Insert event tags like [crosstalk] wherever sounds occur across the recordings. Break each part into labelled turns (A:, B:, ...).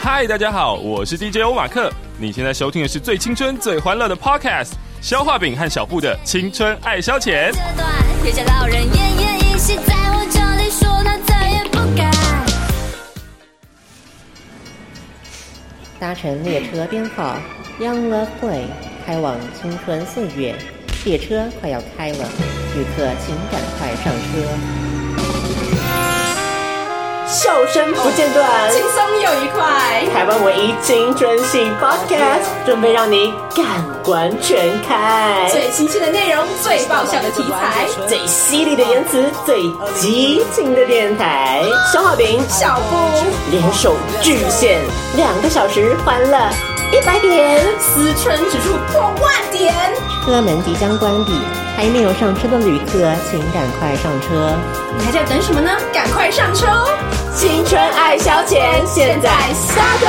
A: 嗨，大家好，我是 DJ 欧马克。你现在收听的是最青春、最欢乐的 Podcast，消化饼和小布的青春爱消
B: 这
A: 遣。
B: 段有些老人奄奄一息，在我这里说他再也不敢。
C: 搭乘列车编号 Young Love Play 开往青春岁月，列车快要开了，旅客请赶快上车。
D: 笑声不间断，
E: 轻松又愉快，
D: 台湾唯一青春系 Podcast，准备让你感官全开，
E: 最新鲜的内容，最爆笑的题材，
D: 最犀利的言辞，最激情的电台，小画饼
E: 小布
D: 联手巨献两个小时，欢乐一百点。
E: 思春指数破万点，
C: 车门即将关闭，还没有上车的旅客请赶快上车。
E: 你还在等什么呢？赶快上车哦！
D: 青春爱消遣，现在
E: 下头。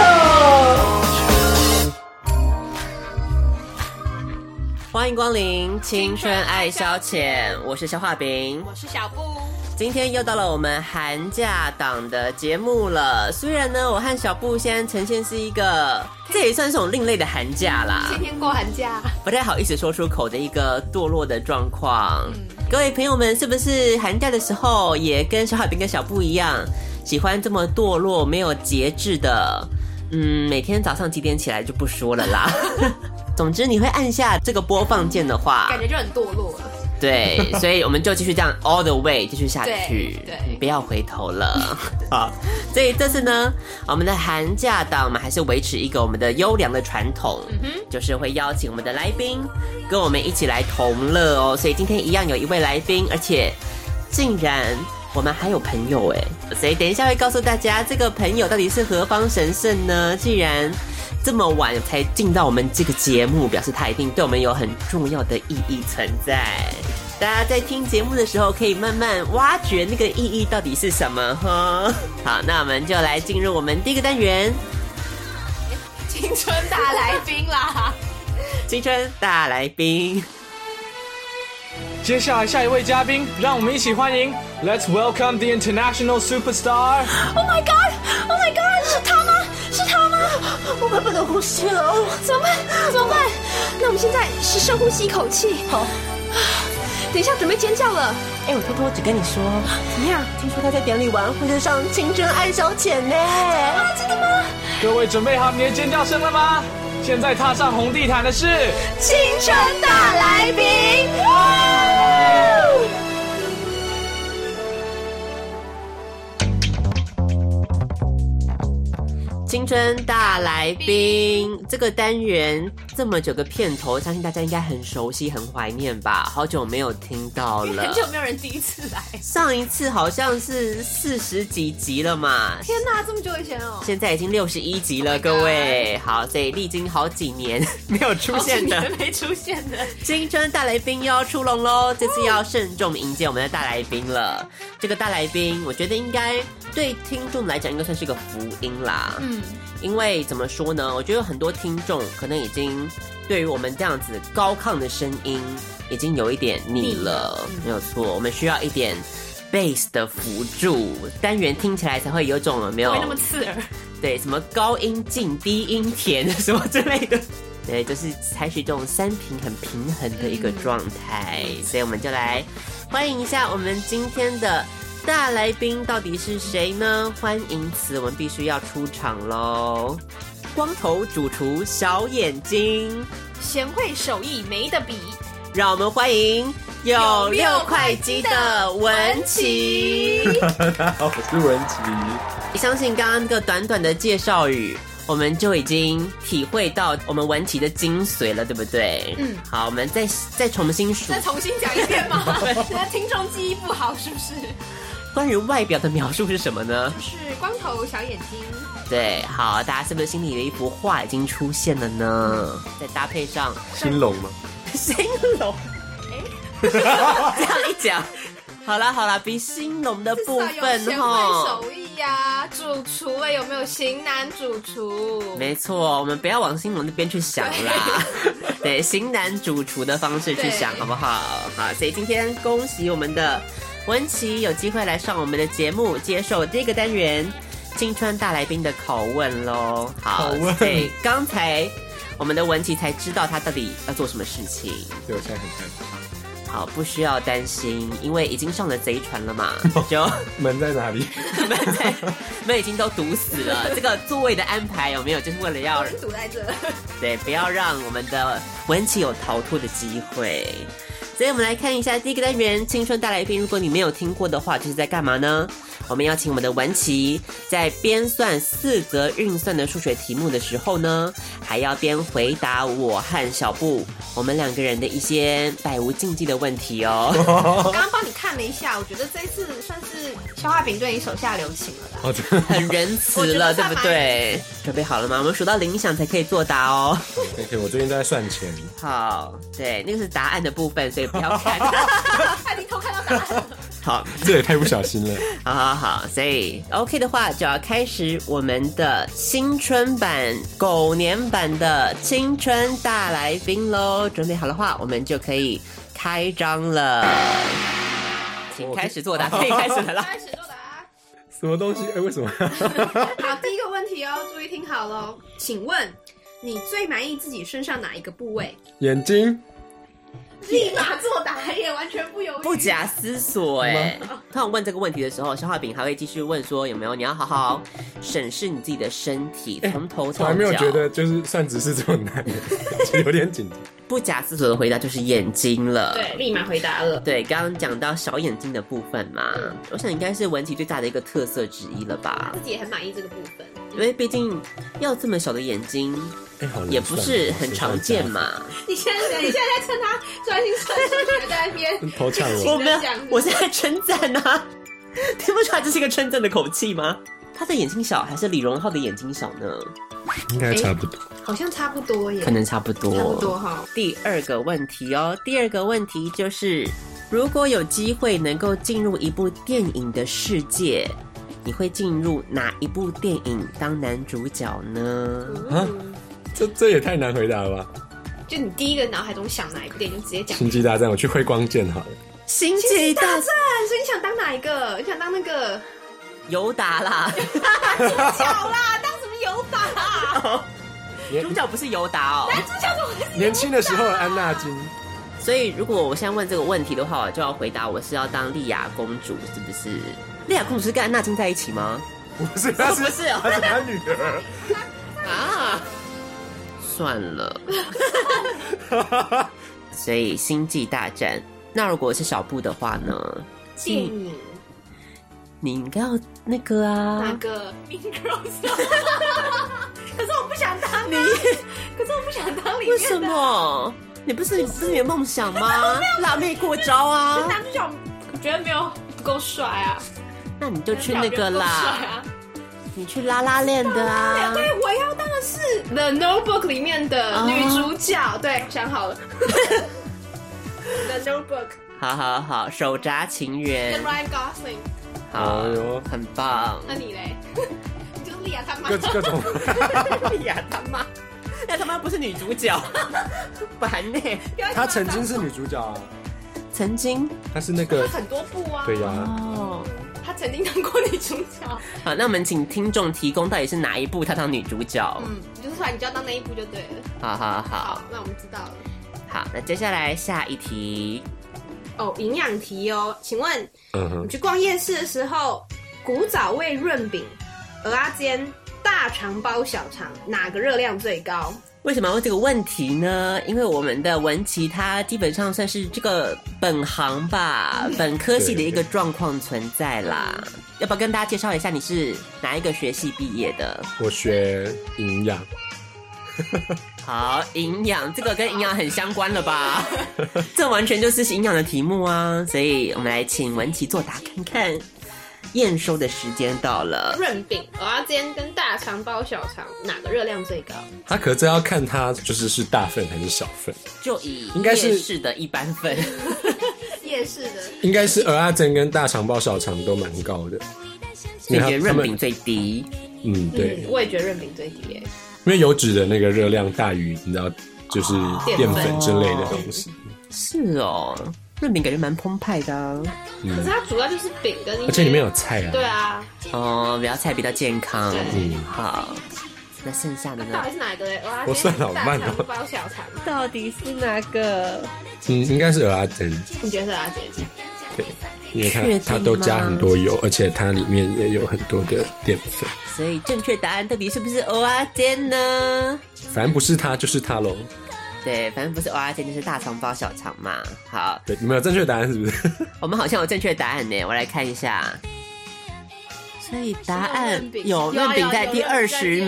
D: 欢迎光临青春爱消遣，我是小画饼，
E: 我是小布，
D: 今天又到了我们寒假档的节目了。虽然呢，我和小布现在呈现是一个，这也算是种另类的寒假啦，
E: 天过寒假，
D: 不太好意思说出口的一个堕落的状况。
E: 嗯
D: 各位朋友们，是不是寒假的时候也跟小海兵跟小布一样，喜欢这么堕落、没有节制的？嗯，每天早上几点起来就不说了啦。 [laughs] 总之，你会按下这个播放键的话，
E: 感觉就很堕落了。
D: 对，所以我们就继续这样 all the way 继续下去，
E: 对对
D: 嗯不要回头
E: [laughs]
D: 了。好，所以这次呢，我们的寒假档我们还是维持一个我们的优良的传统，
E: 嗯
D: 就是会邀请我们的来宾跟我们一起来同乐哦。所以今天一样有一位来宾，而且竟然。我们还有朋友哎，所以等一下会告诉大家这个朋友到底是何方神圣呢？既然这么晚才进到我们这个节目，表示他一定对我们有很重要的意义存在。大家在听节目的时候，可以慢慢挖掘那个意义到底是什么哈。好，那我们就来进入我们第一个单元
E: 青春大来宾啦！
D: ——青春大来宾。
F: 接下来下一位嘉宾，让我们一起欢迎，Let's welcome the international superstar。
E: Oh my god! Oh my god! 是他吗？是他吗？我们不能呼吸了，怎么办？怎么办？那我们现在是深呼吸一口气。好，等一下准备尖叫了。
D: 哎、我偷偷只跟你说，
E: 怎么样？
D: 听说他在典礼完会是上青春爱消遣呢。
E: 啊，真的吗？
F: 各位准备好你的尖叫声了吗？现在踏上红地毯的是，
E: 青春大来宾。
D: 青春大来宾这个单元这么久的片头，相信大家应该很熟悉、很怀念吧？好久没有听到了，
E: [laughs] [laughs] 很久没有人第一次来，
D: 上一次好像是四十几集了嘛，
E: 天哪，这么久以前哦，
D: 现在已经六十一集
E: Oh
D: 了，各位。好，所以历经好几年 [laughs] 没有出现
E: 好几
D: 的
E: 年没出现的，
D: 青春大来宾又要出笼喽，这次要慎重迎接我们的大来宾了。这个大来宾，我觉得应该对听众来讲应该算是个福音啦。
E: 嗯，
D: 因为怎么说呢？我觉得很多听众可能已经对于我们这样子高亢的声音已经有一点腻了，
E: 嗯
D: 没有错。我们需要一点 bass 的辅助，单元听起来才会有一种有没有
E: 没那么刺耳，
D: 对什么高音近、低音甜 [laughs] 什么之类的。对，就是采取这种三平很平衡的一个状态，所以我们就来欢迎一下我们今天的大来宾到底是谁呢？欢迎词，我们必须要出场喽！光头主厨小眼睛，
E: 贤惠手艺没得比。
D: 让我们欢迎有哦六块肌的文琪。
G: 大家 [laughs] 好，我是文琪。
D: 相信刚刚那个短短的介绍语，我们就已经体会到我们文琪的精髓了，对不对？嗯。好，我们再再重新数
E: 再重新讲一遍嘛， [laughs] 现在听众记忆不好是不是？
D: 关于外表的描述是什么呢？
E: 就是光头小眼睛，
D: 对，好，大家是不是心里的一幅画已经出现了呢？再搭配上
G: 青龙
D: [laughs]
G: 吗？
D: 兴隆， [laughs] 这样一讲，好啦好啦，比兴隆的部
E: 至少有
D: 分
E: 贤惠
D: 哈。
E: 手艺呀、主厨哎、有没有型男主厨？
D: 没错，我们不要往新闻那边去想啦， [laughs] 对，型男主厨的方式去想，
E: 对
D: 好不好？好，所以今天恭喜我们的文琪有机会来上我们的节目，接受第一个单元青春大来宾的口吻喽。好
G: 口，吻
D: 所以刚才我们的文琪才知道他到底要做什么事情。
G: 对我现在很害怕。
D: 好，不需要担心，因为已经上了贼船了
G: [laughs]
D: 嘛，就
G: 门在哪里？
D: [laughs] 门在门已经都堵死了。这个座位的安排有没有，就是为了要
E: 堵在 [laughs] 这，
D: 对，不要让我们的文琪有逃脱的机会。所以我们来看一下第一个单元《青春大来宾》。如果你没有听过的话，就是在干嘛呢？我们邀请我们的文琪，在边算四则运算的数学题目的时候呢，还要边回答我和小布我们两个人的一些百无禁忌的问题哦。
E: 我刚刚帮你看了一下，我觉得这一次算是消化饼对你手下留情了 [laughs] 啦。
G: 哦，对，
D: 很仁慈了，对不对？准备好了吗？我们数到铃响才可以作答哦。
G: 可以可以，我最近都在算钱。
D: 好，对，那个是答案的部分，所以不要看。
E: 看你偷看到答案 [laughs] 了，
D: 好，
G: 这也太不小心 [laughs] 了。
D: 好好好，所以 OK 的话，就要开始我们的新春版、狗年版的青春大来宾喽。准备好的话，我们就可以开张了。请开始作答，可以开始了啦。
E: 开始作答。
G: 什么东西？哎、为什么？
E: 好，第一个问题哦，注意听好喽。请问你最满意自己身上哪一个部位？
G: 眼睛？
E: 立马作答耶，完全不犹豫。
D: 不假思索哎、通常问这个问题的时候，消化饼还会继续问说有没有你要好好审视你自己的身体，从头
G: 我
D: 到
G: 还没有觉
D: 脚。
G: 得就是算只是这么难，有点紧张。
D: 不假思索的回答就是眼睛了。
E: 对，立马回答了。
D: 对，刚刚讲到小眼睛的部分嘛，我想应该是文琪最大的一个特色之一了吧
E: 自，己也很满意这个部分。
D: 因为毕竟要这么小的眼睛
G: 哎、好难
D: 也不是很常见嘛。
E: 你现在你现在在趁他专心算数学在那边
G: 算，偷抢
E: 我
G: 我。
D: 我
E: 不
D: 没有
E: 能这样子，
D: 我是在称赞啊， [laughs] 听不出来这是一个称赞的口气吗？他的眼睛小还是李荣浩的眼睛小呢？
G: 应该差不多。
E: 好像差不多耶，
D: 可能差不多。
E: 差不多哈。
D: 第二个问题哦，第二个问题就是，如果有机会能够进入一部电影的世界，你会进入哪一部电影当男主角呢？
G: 这这也太难回答了吧？
E: 就你第一个脑海中想哪一部电影，就直接讲。
G: 星际大战，我去辉光剑好了。
D: 星
E: 星际
D: 际
E: 大
D: 大
E: 战，所以你想当哪一个？你想当那个？
D: 尤达啦，
E: 好啊啦，当什么油法啊？
D: [laughs]
E: 哎
D: 主角不是尤达哦。
E: 这叫做
G: 年轻的时候的安纳金，
D: 所以如果我现在问这个问题的话，我就要回答我是要当莉亚公主，是不是？莉亚公主是跟安娜金在一起吗？
G: 不是，他是
D: 不是哦
G: 他是他女儿。
D: 啊，算了。所以《星际大战》，那如果是小布的话呢？
E: 电影
D: 你应该要那个
E: 那
D: 啊，
E: 个 Mean Girls。可啊是我不想当啊，可是我不想当里
D: 为
E: 面
D: 什
E: 的
D: 么？你不是不是你的梦想 [laughs] 吗？辣妹过招啊，
E: 男主角，我觉得没有不够帅啊，
D: 那你就去那个
E: 男主角不够帅
D: 啦，
E: 啊。
D: 你去拉拉链的 [laughs] 啊。
E: 对，我要当的是《The Notebook》里面的女主角。对，想好了，《The Notebook
D: 好好好，手札情》
E: 跟
D: 人，
E: Ryan Gosling。
D: 好
G: 哎呦，
D: 很棒。
E: 那你嘞？ [laughs] 你就是莉亚他妈
G: 各。
E: [laughs]
G: 各种
D: 莉亚哎他妈，那他妈不是女主角， [laughs] 烦呢、
G: 她曾经是女主角啊，
D: 曾经
G: 她是那个
E: 很多部啊，
G: 对呀、啊，
D: 哦。
E: 她曾经当过女主角。
D: 好，那我们请听众提供到底是哪一部他当女主角？
E: 嗯，就是突然你就要当那一部就对了。
D: 好好好
E: 好，那我们知道了。
D: 好，那接下来下一题，
E: 哦，营养题哦，请问
G: 嗯
E: 你
G: 哼，
E: 去逛夜市的时候，古早味润饼、鹅阿煎、大肠包小肠，哪个热量最高？
D: 为什么要问这个问题呢？因为我们的文琪他基本上算是这个本行吧，
G: 嗯
D: 本科系的一个状况存在啦。要不要跟大家介绍一下你是哪一个学系毕业的？
G: 我学营养，
D: 好，营养这个跟营养很相关了
G: [laughs]
D: 吧？这完全就是营养的题目啊！所以我们来请文琪作答看看。验收的时间到了，
E: 润饼、鹅阿煎跟大肠包小肠，哪个热量最高？
G: 她可这要看她就是是大份还是小份，
D: 就以
G: 应该是
D: 夜市的一般
G: [laughs]
D: 份，
E: 夜市的
G: 应该是鹅阿珍跟大肠包小肠都蛮高的，
D: 所以
G: 因
D: 觉
G: 为
D: 得
G: 他他
D: 润
G: 们
D: 饼最低。
G: 嗯对，
E: 嗯，我也觉得润饼最低耶。
G: 因为油脂的那个热量大于你知道就是
E: 淀
G: 淀粉之类的东西，
D: 是哦，润饼感觉蛮澎湃的啊、
E: 可是它主要就是饼跟一些
H: 而且里面有菜啊。
E: 对啊，
D: 哦，比较菜比较健康
E: 对。
H: 嗯
D: 好，那剩下的
E: 到
D: 呢
E: 底？是哪一个嘞？
H: 我算好慢哦
E: 大肠包小肠，
I: 到底是哪个？
H: 嗯，应该是鹅阿珍，
E: 你觉得是哪几？
H: 对，因为它
D: 确定
H: 它都加
D: 吗
H: 很多油，而且它里面也有很多的淀粉。
D: 所以正确答案到底是不是蚵仔煎呢？
H: 反正不是它就是它喽。
D: 对，反正不是蚵仔煎就是大肠包小肠嘛。好，
H: 对，你们有正确答案
D: [laughs]
H: 是不是？
D: 我们好像有正确答案呢，我来看一下。所以答案有
E: 有
D: 润
E: 啊
D: 饼在
E: 有
D: 第
E: 有
D: 二
E: 润饼在
D: 十
E: 第
D: 名，
E: 20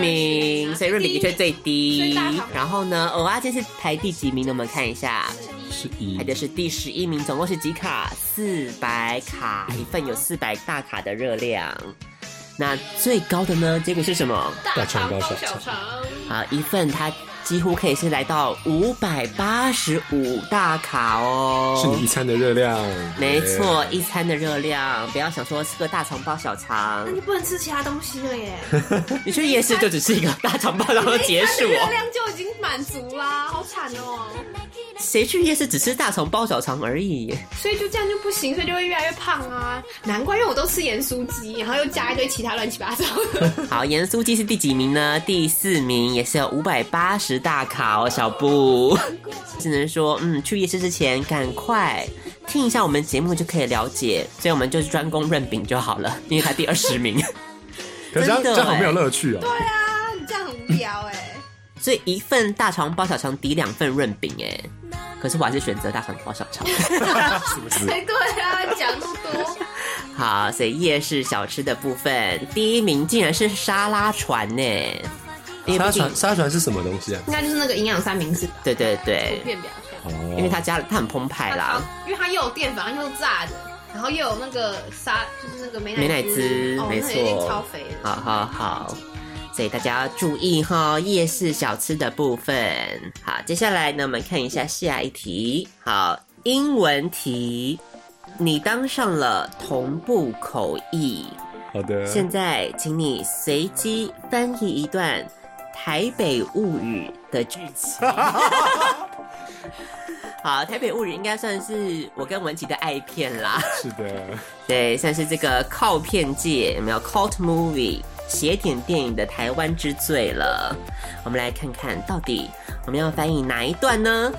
E: 名
D: 所以润饼的确最
E: 所
D: 低
E: 以大肠。
D: 然后呢，蚵仔煎是排第几名呢？我们看一下，
H: 是一
D: 排，的是第十一名，总共是几卡？四百卡，一份有四百大卡的热量。那最高的呢？结果是什么？
E: 大肠包
H: 大肠
E: 小肠，
D: 啊，一份它几乎可以是来到五百八十五大卡哦。
H: 是你一餐的热量。
D: 没错，一餐的热量，不要想说吃个大肠包小肠
H: 嗯
E: 那，你不能吃其他东西了耶。
D: 你去夜市就只是一个大肠包然后 [laughs] 结束
E: 哎
H: [laughs]
E: 热
D: 哦。
E: 量就已经满足啦，好惨哦。
D: 谁去夜市只吃大肠包小肠而已？
E: 所以就这样就不行，所以就会越来越胖啊。难怪，因为我都吃盐酥鸡，然后又加一堆其他乱七八糟
D: [laughs]
E: 的。
D: 好，盐酥鸡是第几名呢？第四名，也是有五百八十大卡哦，小
H: [laughs]
D: 布。只能说，嗯，去夜市之前赶快听一下我们节目就可以了解，所以我们就是专攻润饼就好了，因为它第二十
H: [laughs]
D: 名。
H: 可是这样
D: 真的
H: 这样好
D: 欸
H: 没有乐趣哦。
E: [laughs] 对啊，你这样很无聊哎、
D: 所以一份大肠包小肠抵两份润饼，哎，可是我还是选择大肠包小
H: [laughs]
D: 肠。 [laughs]
E: 哎， [laughs] 对啊，讲那么多，
D: 好，所以夜市小吃的部分，第一名竟然是沙拉船呢。因为
H: 沙
D: 毕竟
H: 船沙船是什么东西
E: [laughs]
H: 啊？
E: 应该就是那个营养三明治吧，
D: 对对对，
E: 变表现。
H: 哦，
D: 因为它加了它很澎
E: 哎
D: 湃啦，，
E: 因为它又有淀粉，它又炸的，然后又有那个沙，就是那个美奶
D: 美乃滋，
E: 哦，
D: 没
E: 那一定
D: 错，
E: 超肥的。
D: 好好好，所以大家要注意哈，夜市小吃的部分。好，接下来呢，我们看一下下一题。好，英文题，你当上了同步口译。
H: 好的。
D: 现在，请你随机翻译一段《台北物语》的剧情。好，《台北物语》应该算是我跟文琪的爱片啦，
H: 是的，
D: 对，算是这个靠片界有没有 cult movie 邪典电影的台湾之最了。我们来看看到底我们要翻译哪一段呢？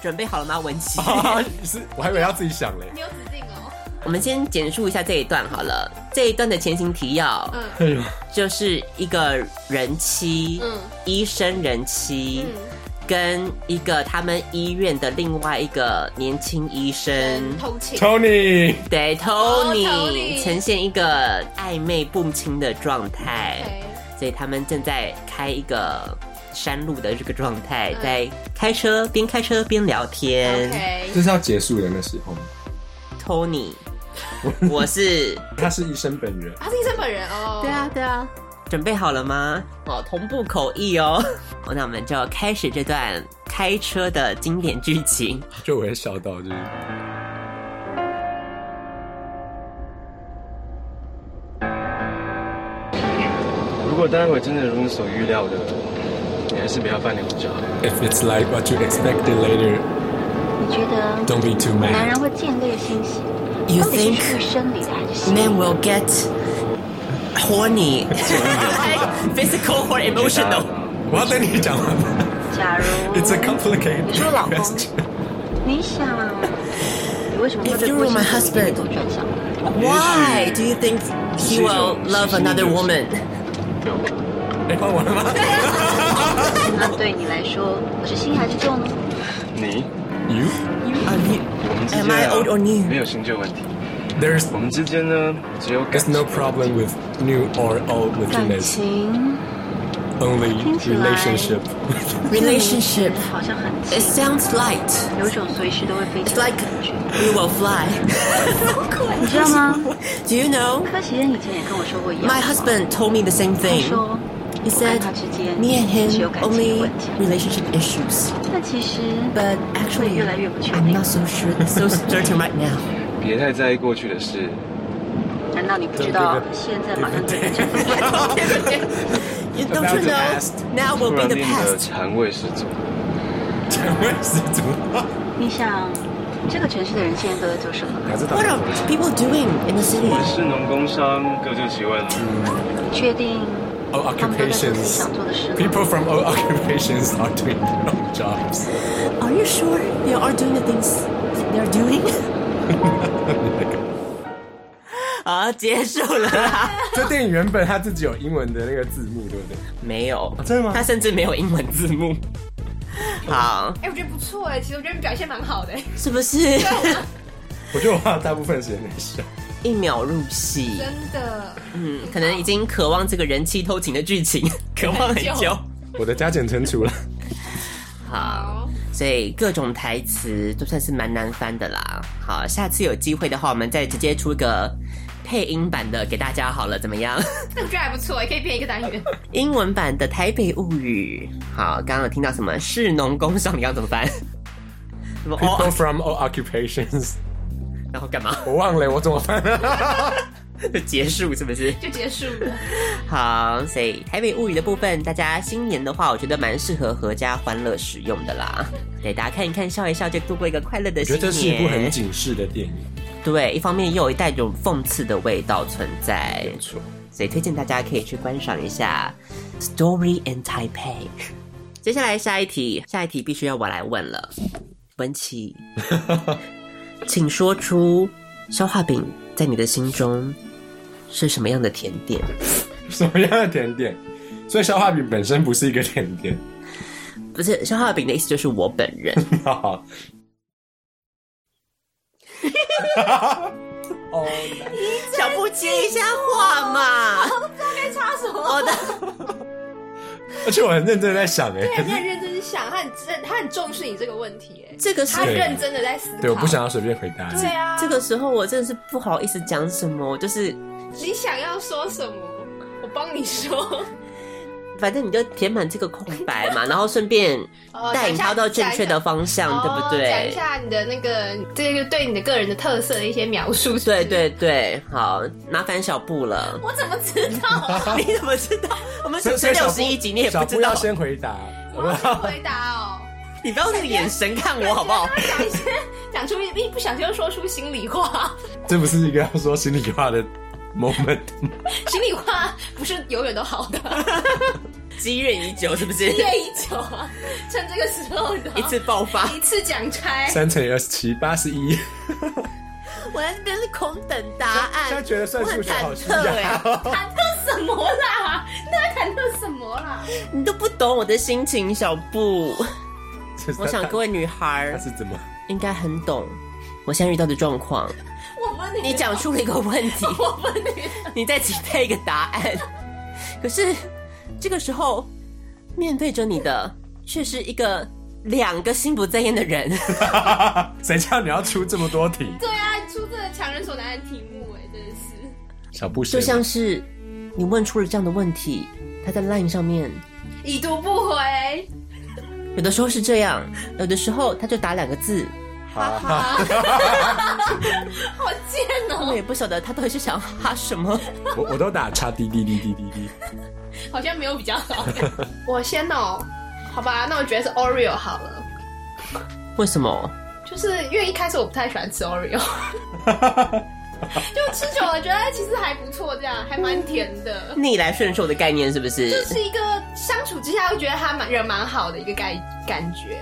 D: 准备好了吗，文琪？
A: 哦
H: 是我还以为要自己想嘞。
E: 你有指定哦，
D: [laughs] 我们先简述一下这一段好了。这一段的前情提要，
E: 嗯
H: 哎呦，
D: 就是一个人妻，
E: 嗯
D: 医生人妻，
E: 嗯
D: 跟一个他们医院的另外一个年轻医生，
E: 嗯，偷情，
H: Tony，
D: 对 Tony，,、
E: Tony
D: 呈现一个暧昧不清的状态
E: OK
D: 所以他们正在开一个山路的这个状态，在开车边开车边聊
E: 嗯
D: 天。
E: OK，
H: 这是要结束的那时候吗？
D: [laughs] Tony，我是
H: 他是医生本人，
E: 他是医生本人哦。对啊，对啊。
D: 准备好了吗？哦，同步口译哦。好，那我们就开始这段开车的经典剧情。
H: 就我会笑到，就是
G: 如果待会真的如你所预料的，你还是不要办理比较好。
H: If it's like what you expected later,
J: 你觉得
H: don't be too
J: 男
H: mad
J: 人。会见猎心喜，
D: You
J: 到底
D: think
J: 是生理的还是心理
D: men will get horny, [laughs] physical or emotional？
H: 我要等你讲完。
J: 的？假如
H: It's a complicated
J: 你说老公
H: question. [laughs]
J: 你想，你为什么会
D: If
J: 对
D: you
J: 过
D: were
J: 去
D: my
J: 的
D: husband
J: 一种转向？
D: Why do you think he will love another woman？
H: 哎，换我了吗？
J: 那啊对你来说，我是新还是旧呢？
G: 你，
H: You?
G: 我们之间
D: Am I old or
G: 啊
D: new？
G: 没有新旧问题，
H: There's
G: 我们之间呢只有感
H: there's no problem with new or old
J: 感
H: wickedness.
J: 情
H: Only
J: 听起来
H: relationship.
D: Relationship.
J: 好像很
D: It
J: 近，
D: sounds light.
J: 有一种随时都会飞
D: It's
J: 起
D: like
J: 来的感觉。
D: we will fly.
J: 你知道吗？
D: Do you know?
J: 柯奇燕以前也跟我说过一样的
D: My
J: 话。
D: husband told me the same
J: 他
D: thing.
J: 说
D: He
J: 我跟
D: said
J: 他之间
D: me and
J: 只有
D: him
J: 感情的
D: only
J: 问题，
D: relationship issues.
J: 但其实
D: But
J: 会
D: actually,
J: 越来越不确
D: I'm
J: 定
D: not。so sure, so certain right now.
G: 别太在意过去的事，
J: 难道你不知道现在马上就会发生？
D: You don't
H: About
D: you
H: the
D: know?
H: past.
D: Now
G: 突
D: will be
G: 然
D: the
G: 变得
D: past.
G: 禅味十足。
H: 讲为什么？
J: [laughs] 你想，这个城市的人现在都在做什么？
D: What are people doing in the city?
G: 我是农工商各就职位了。
J: 确定
H: All
J: 他们都在做自己
H: occupations.
J: 想做的事吗？
H: People from all [laughs] occupations are doing their own [laughs] jobs.
D: Are you sure they are doing the things they're doing? [laughs] 啊，结束了啦。
H: 这电影原本它自己有英文的那个字幕，对不对？
D: 没有，
H: 啊真的吗
D: 它甚至没有英文字
H: [laughs]
D: 幕。好，
E: 哎，我觉得不错哎，其实我觉得你表现蛮好的，
D: 是不是
H: 我就花了大部分时间在想，
D: [laughs]
H: [laughs]
D: 一秒入戏？
E: 真的。
D: 嗯，可能已经渴望这个人妻偷情的剧 [laughs] 情，渴望很久。
H: 我的加减乘除了。
D: 好，所以各种台词都算是蛮难翻的啦。好，下次有机会的话，我们再直接出个配音版的给大家好了，怎么样？ [laughs]
E: 那我觉得还不错，可以变一个单 [laughs] 元。
D: 英文版的《台北物语》。好，刚刚有听到什么士农工商，你要怎么翻？什么
H: People
D: 哦，
H: from all occupations，
D: 然后干嘛？ [laughs]
H: 我忘了我怎么翻了。
D: 结束是不是？
E: 就结束 [laughs] 了。
D: 好，所以《台北物语》的部分，大家新年的话，我觉得蛮适合合家欢乐使用的啦。 [laughs] 对，大家看一看，笑一笑，就度过一个快乐的
H: 我
D: 新
H: 觉
D: 年。
H: 得这是一部很警示的电影，
D: 对，一方面又有一带种讽刺的味道存在，
H: 没错。
D: 所以推荐大家可以去观赏一下《Story in Taipei》。接下来下一题，下一题必须要我来问了，文 [laughs] 琪，请说出消化饼在你的心中是什么样的甜点？
H: 什么样的甜点？所以消化饼本身不是一个甜点。 [laughs]
D: 不是消化饼的意思，就是我本 [laughs] 人。
H: 好。哦，
D: 小布接一下话嘛，
E: 插手，
D: 我的
H: 而且我很认真在想哎、
E: 他很认真想，他很认，他很重视你这个问题，哎，
D: 这个是
E: 他认真的在思考。
H: 对，我不。想要随便回答。
E: 对啊，
D: 这个时候我真的是不好意思讲什么，就是
E: 你想要说什么？我帮你说。
D: 反正你就填满这个空白 [laughs] 嘛，然后顺便
E: [laughs] 哦
D: 带
E: 讲
D: 你
E: 一下
D: 抛到正确的方向，对不
E: 讲一
D: 对？
E: 下你的那个这个对你的个人的特色的一些描述。
D: 对，对对，好，麻烦小布了。
E: 我怎么知道啊？
D: [laughs] 你怎么知道？我们主
H: 所以
D: 持人
H: 所以小
D: 六
H: 布
D: 十一集，你也不
H: 小
D: 知
H: 布
D: 道
H: 要。先回答，
E: 我要先回答哦。
D: 你不要那个眼神看我好不好？
E: 讲一些，讲出一不小心又说出心里
D: [laughs]
E: 话，
H: [laughs] 这不是一个要说心里话的 moment 吗
E: 心里话不是永远都好
D: [laughs]
E: 的，
D: 积怨已久，是不 [laughs] 是？
E: 夜已久啊，趁这个时候你知道
D: 一次爆发，
E: 一次讲开，
H: 三乘以二十七，八十一。
D: 我在这边是空等答案。
H: 现在觉得算数学好虚
D: 我很忐忑 [laughs]
H: 呀、
D: 哎
E: 忐忑什么啦？那忐忑什么啦？
D: 你都不懂我的心情，小布。
H: 这
D: [laughs] [laughs]
H: 是他
D: 我想各位女孩
H: 他
D: 儿
H: 是怎么？
D: 应该很懂我现在遇到的状况。
E: 我问你，
D: 你讲出了一个问题，
E: [laughs] 我问你，
D: [laughs] 你再匹配一个答案。 [laughs] 可是这个时候，面对着你的却是一个两个心不在焉的人。
H: [laughs]
D: [laughs]
H: 谁叫你要出这么多题？
E: 对啊，你出这个强人所难的题目、哎，真的是。
H: 小布学
D: 就
H: 吗
D: 像是你问出了这样的问题，他在 LINE 上面，
E: 已读不回，
D: 有的时候是这样，有的时候他就打两个字，
E: 好贱
D: 我
E: 哦！
D: 也不晓得他到底是想哈什么。
H: 我我都打叉滴滴滴滴滴滴。
E: 好像没有比较好。我先哦，好吧，那我觉得是 Oreo 好了，
D: 为什么？
E: 就是因为一开始我不太喜欢吃 Oreo，就吃久了觉得其实还不错，这样还蛮甜的，
D: 逆来顺受的概念是不是？
E: 就是一个相处之下又觉得他蛮人蛮好的一个感感觉。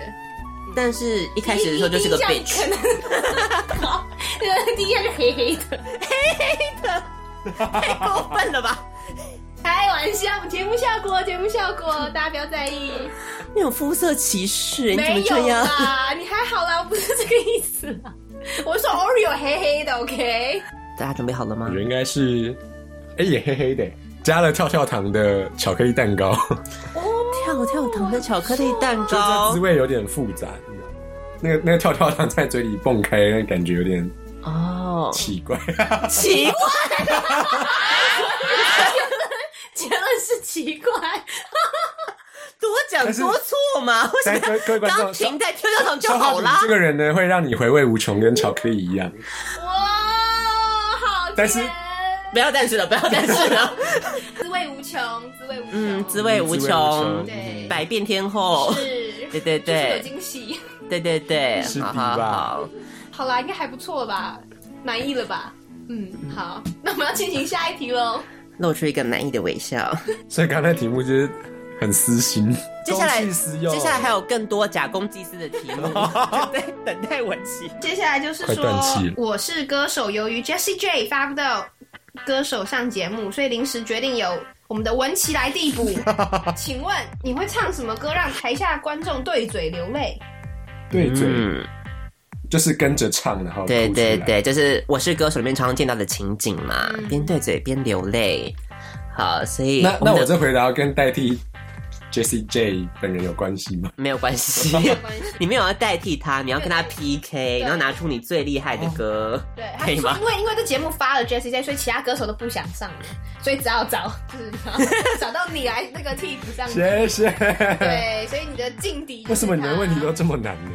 D: 但是一开始的时候就是个
E: 第一印
D: bitch，
E: 象可能，好，对，第一眼是黑黑的。
D: 太过分了吧？
E: 开玩笑，节目效果，节目效果，大家不要在意。
D: 那种肤色歧视，哎你怎么
E: 没
D: 这
E: 有
D: 样？
E: 啦，你还好啦，我不是这个意思啦。我是说 Oreo 黑黑的，OK？ [laughs]
D: 大家准备好了吗
H: 我觉？得应该是，哎、也黑黑的，加了跳跳糖的巧克力蛋糕，
D: 跳跳糖的巧克力蛋
H: 这
D: 糕
H: 滋味有点复杂。你知道那个那个跳跳糖在嘴里蹦开，那感觉有点
D: 哦，
H: 奇怪。
D: 奇怪，
E: 结论是奇怪，
D: 多讲
H: 但是
D: 多错嘛？为什
H: 但
D: 么
H: 各位各位
D: 要
H: 观众
D: 刚停在跳跳糖就
H: 消化
D: 好
H: 饼 [laughs]
D: 啦
H: 这？个人呢，会让你回味无穷，跟巧克力一样。
E: 哇，好甜，
H: 但是
D: 不要但是了，不要但是了，
E: 滋味无穷，滋味无穷，
D: 嗯，滋味无
H: 滋味
D: 穷
H: 无穷，
E: 对
D: 百变天后，
E: 是，
D: 对对
E: 就是有
D: 对
E: 惊喜。
D: 对对对，
H: 是
D: 好
H: 的
D: 好
H: 吧
D: 好。
E: 好啦，应该还不错吧？满意了吧？嗯，好，那我们要进行下一题喽。
D: 露出一个满意的微笑。
G: 所以刚才题目就是很私心。
D: 接下来，
G: 公器私用
D: 接下来还有更多假公济私的题
G: [laughs]
D: 目，就在等待我期。
E: 接下来就是
G: 快
E: 说
G: 断气了，
E: 我是歌手，由于 Jesse J 发不到歌手上节目，所以临时决定由我们的文琪来递
G: [laughs]
E: 补。请问你会唱什么歌让台下观众对嘴流泪？
G: 对嘴、
D: 嗯，
G: 就是跟着唱，然后
D: 对
G: 哭出
D: 对
H: 啊
G: 来，
D: 对，就是《我是歌手》里面常常见到的情景嘛，边对嘴边流泪。好，所以
G: 那那
D: 们
G: 我
D: 的
G: 这回答要跟代替 Jesse J 本人有关系吗？
D: 没有关 [laughs] 系，你没有要代替他，你要跟他 PK，然后拿出你最厉害的歌，
E: 对，他
D: 可以
E: 说
D: 吗
E: 因？为因为这节目发了 Jesse J，所以其他歌手都不想上了，所以只好找就是找找到你来那个替补上。
G: 谢谢。
E: 对，所以你的劲敌就是
G: 为什么你的
E: 他
G: 问题都这么难呢？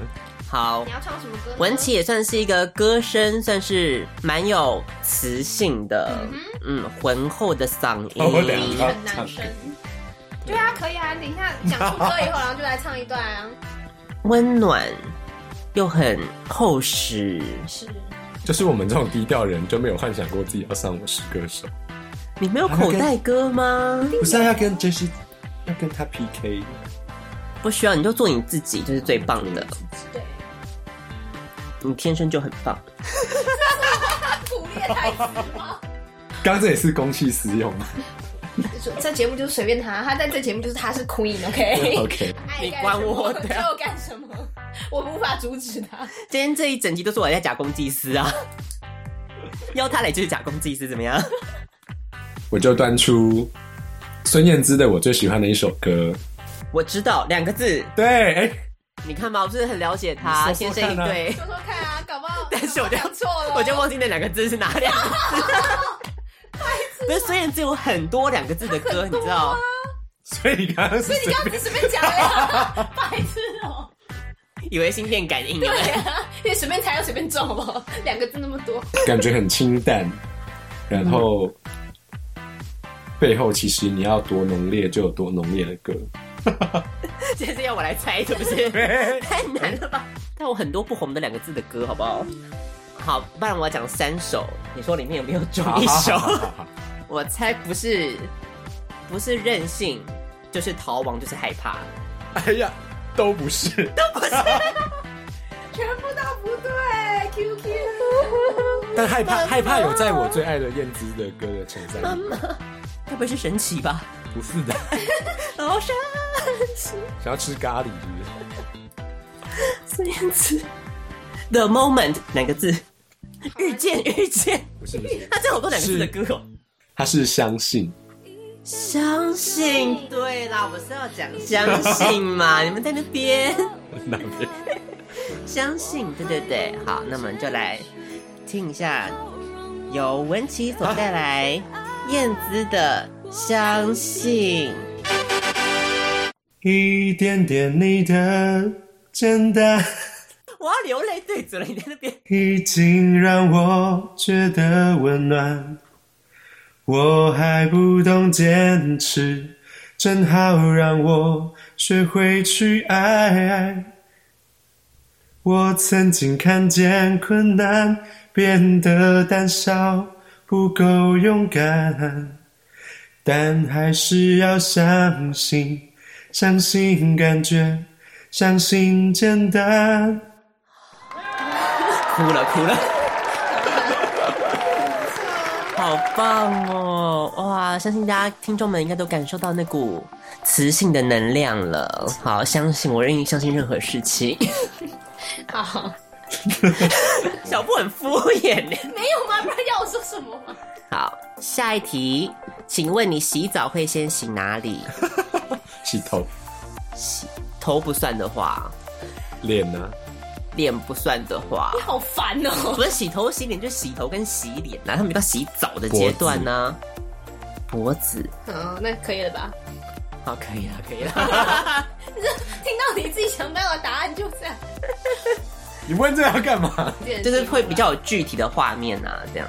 D: 好
E: 你，要唱什么歌呢？
D: 文琪也算是一个歌声，算是蛮有磁性的，嗯，浑厚的嗓
G: 哦我等
D: 音
G: 一。下
E: 很男生。对啊，可以啊，等一下讲出歌以后，然后就来唱一
D: [laughs]
E: 段啊。
D: 温暖又很厚实。
G: 就是我们这种低调人就没有幻想过自己要上我是歌手，
D: 你没有口袋歌吗？
G: 不是啊要跟 Jesse 要跟他 PK，
D: 不需要，你就做你自己，就是最棒的。你天生就很棒。
E: 苦练太
D: [laughs]
E: 词吗？
G: 刚刚这也是公器私用吗
E: 这节目就是随便他，他在这节目就是他是 Queen，OK？、
G: [laughs] ？OK，
E: [laughs] 爱
D: 你
E: 干
D: 管
E: 什么
D: 我
E: 就
D: 对啊
E: 干什么， [laughs] 我无法阻止 [laughs] 他。
D: 今天这一整集都是我在假公济私啊， [laughs] 邀他来就是假公济私，怎么样？
G: 我就端出孙燕姿的我最喜欢的一首歌，
D: 我知道两个字，
G: 对，哎、
D: 你看吧，我是不是很了解他，
G: 你说
D: 先
G: 说
D: 生一
G: 看啊
D: 对。 [laughs]
E: 说说看啊，搞不好
D: 但是我就
E: 讲错了，哦
D: 我就忘记那两个字是哪两个
G: 啊
D: 字。 [laughs] 不是，虽然只有很多两个字的歌，你知道，
G: 所以你刚刚是
E: [laughs] 你刚刚只随便讲
D: [laughs]
E: 了，白痴 [laughs] 哦、
D: 以为心电感应有没有
E: 对啊，你随便猜就随便中好不好？两个字那么多，
G: 感觉很清淡，然后、背后其实你要多浓烈就有多浓烈的歌，
D: [laughs] 现在要我来猜是不 [laughs] 是？太难了吧？但我很多不红的两个字的歌，好不好？好，不然我要讲三首，你说里面有没有中 [laughs] 一首？我猜不是，不是任性，就是逃亡，就是害怕。
G: [laughs] 哎呀，都不是，
E: 全部都不对，QQ。
G: 但害怕害怕有在我最爱的燕姿的歌的成分，
D: 该不会是神奇吧？
G: 不是的，
D: 老神
G: 想要吃咖喱是不是？
D: 孙燕姿，The Moment 两个字，遇见 [laughs] 遇见，
G: 不是不是， [laughs]
D: 他这好多两个字的歌哦。
G: 他是相信，
D: 相信，对啦，我是要讲相信嘛， [laughs] 你们在那边。
G: 哪边？
D: 相信，对对对，好，那我们就来听一下由文琪所带来燕姿的《相信》。
G: 一点点你的简单，
D: 我要流泪对嘴了，你在那边
G: 已经让我觉得温暖。我还不懂坚持，正好让我学会去爱。我曾经看见困难变得胆小，不够勇敢，但还是要相信，相信感觉，相信简单。
D: 哭了哭了， [laughs] 好棒哦！哇，相信大家听众们应该都感受到那股磁性的能量了。好，相信我，愿意相信任何事情。
E: [laughs] 好，
D: 小布很敷衍呢。
E: 没有哎吗？不然要我说什么？
D: [laughs] 好，下一题，请问你洗澡会先洗哪里？
G: 洗头、
D: 头不算的话，
G: 脸啊呢、
D: 脸不算的话，
E: 你好烦哦、
D: 不是洗头洗脸，就是洗头跟洗脸啊，他们到洗澡的阶段呢、脖子，
E: 嗯，那可以了吧？
D: 好，哦可以了，可以 [laughs] 了。
E: [laughs] 听到你自己想到的答案就这样，
G: 你问这要干嘛？
D: 就是会比较有具体的画面啊，这样。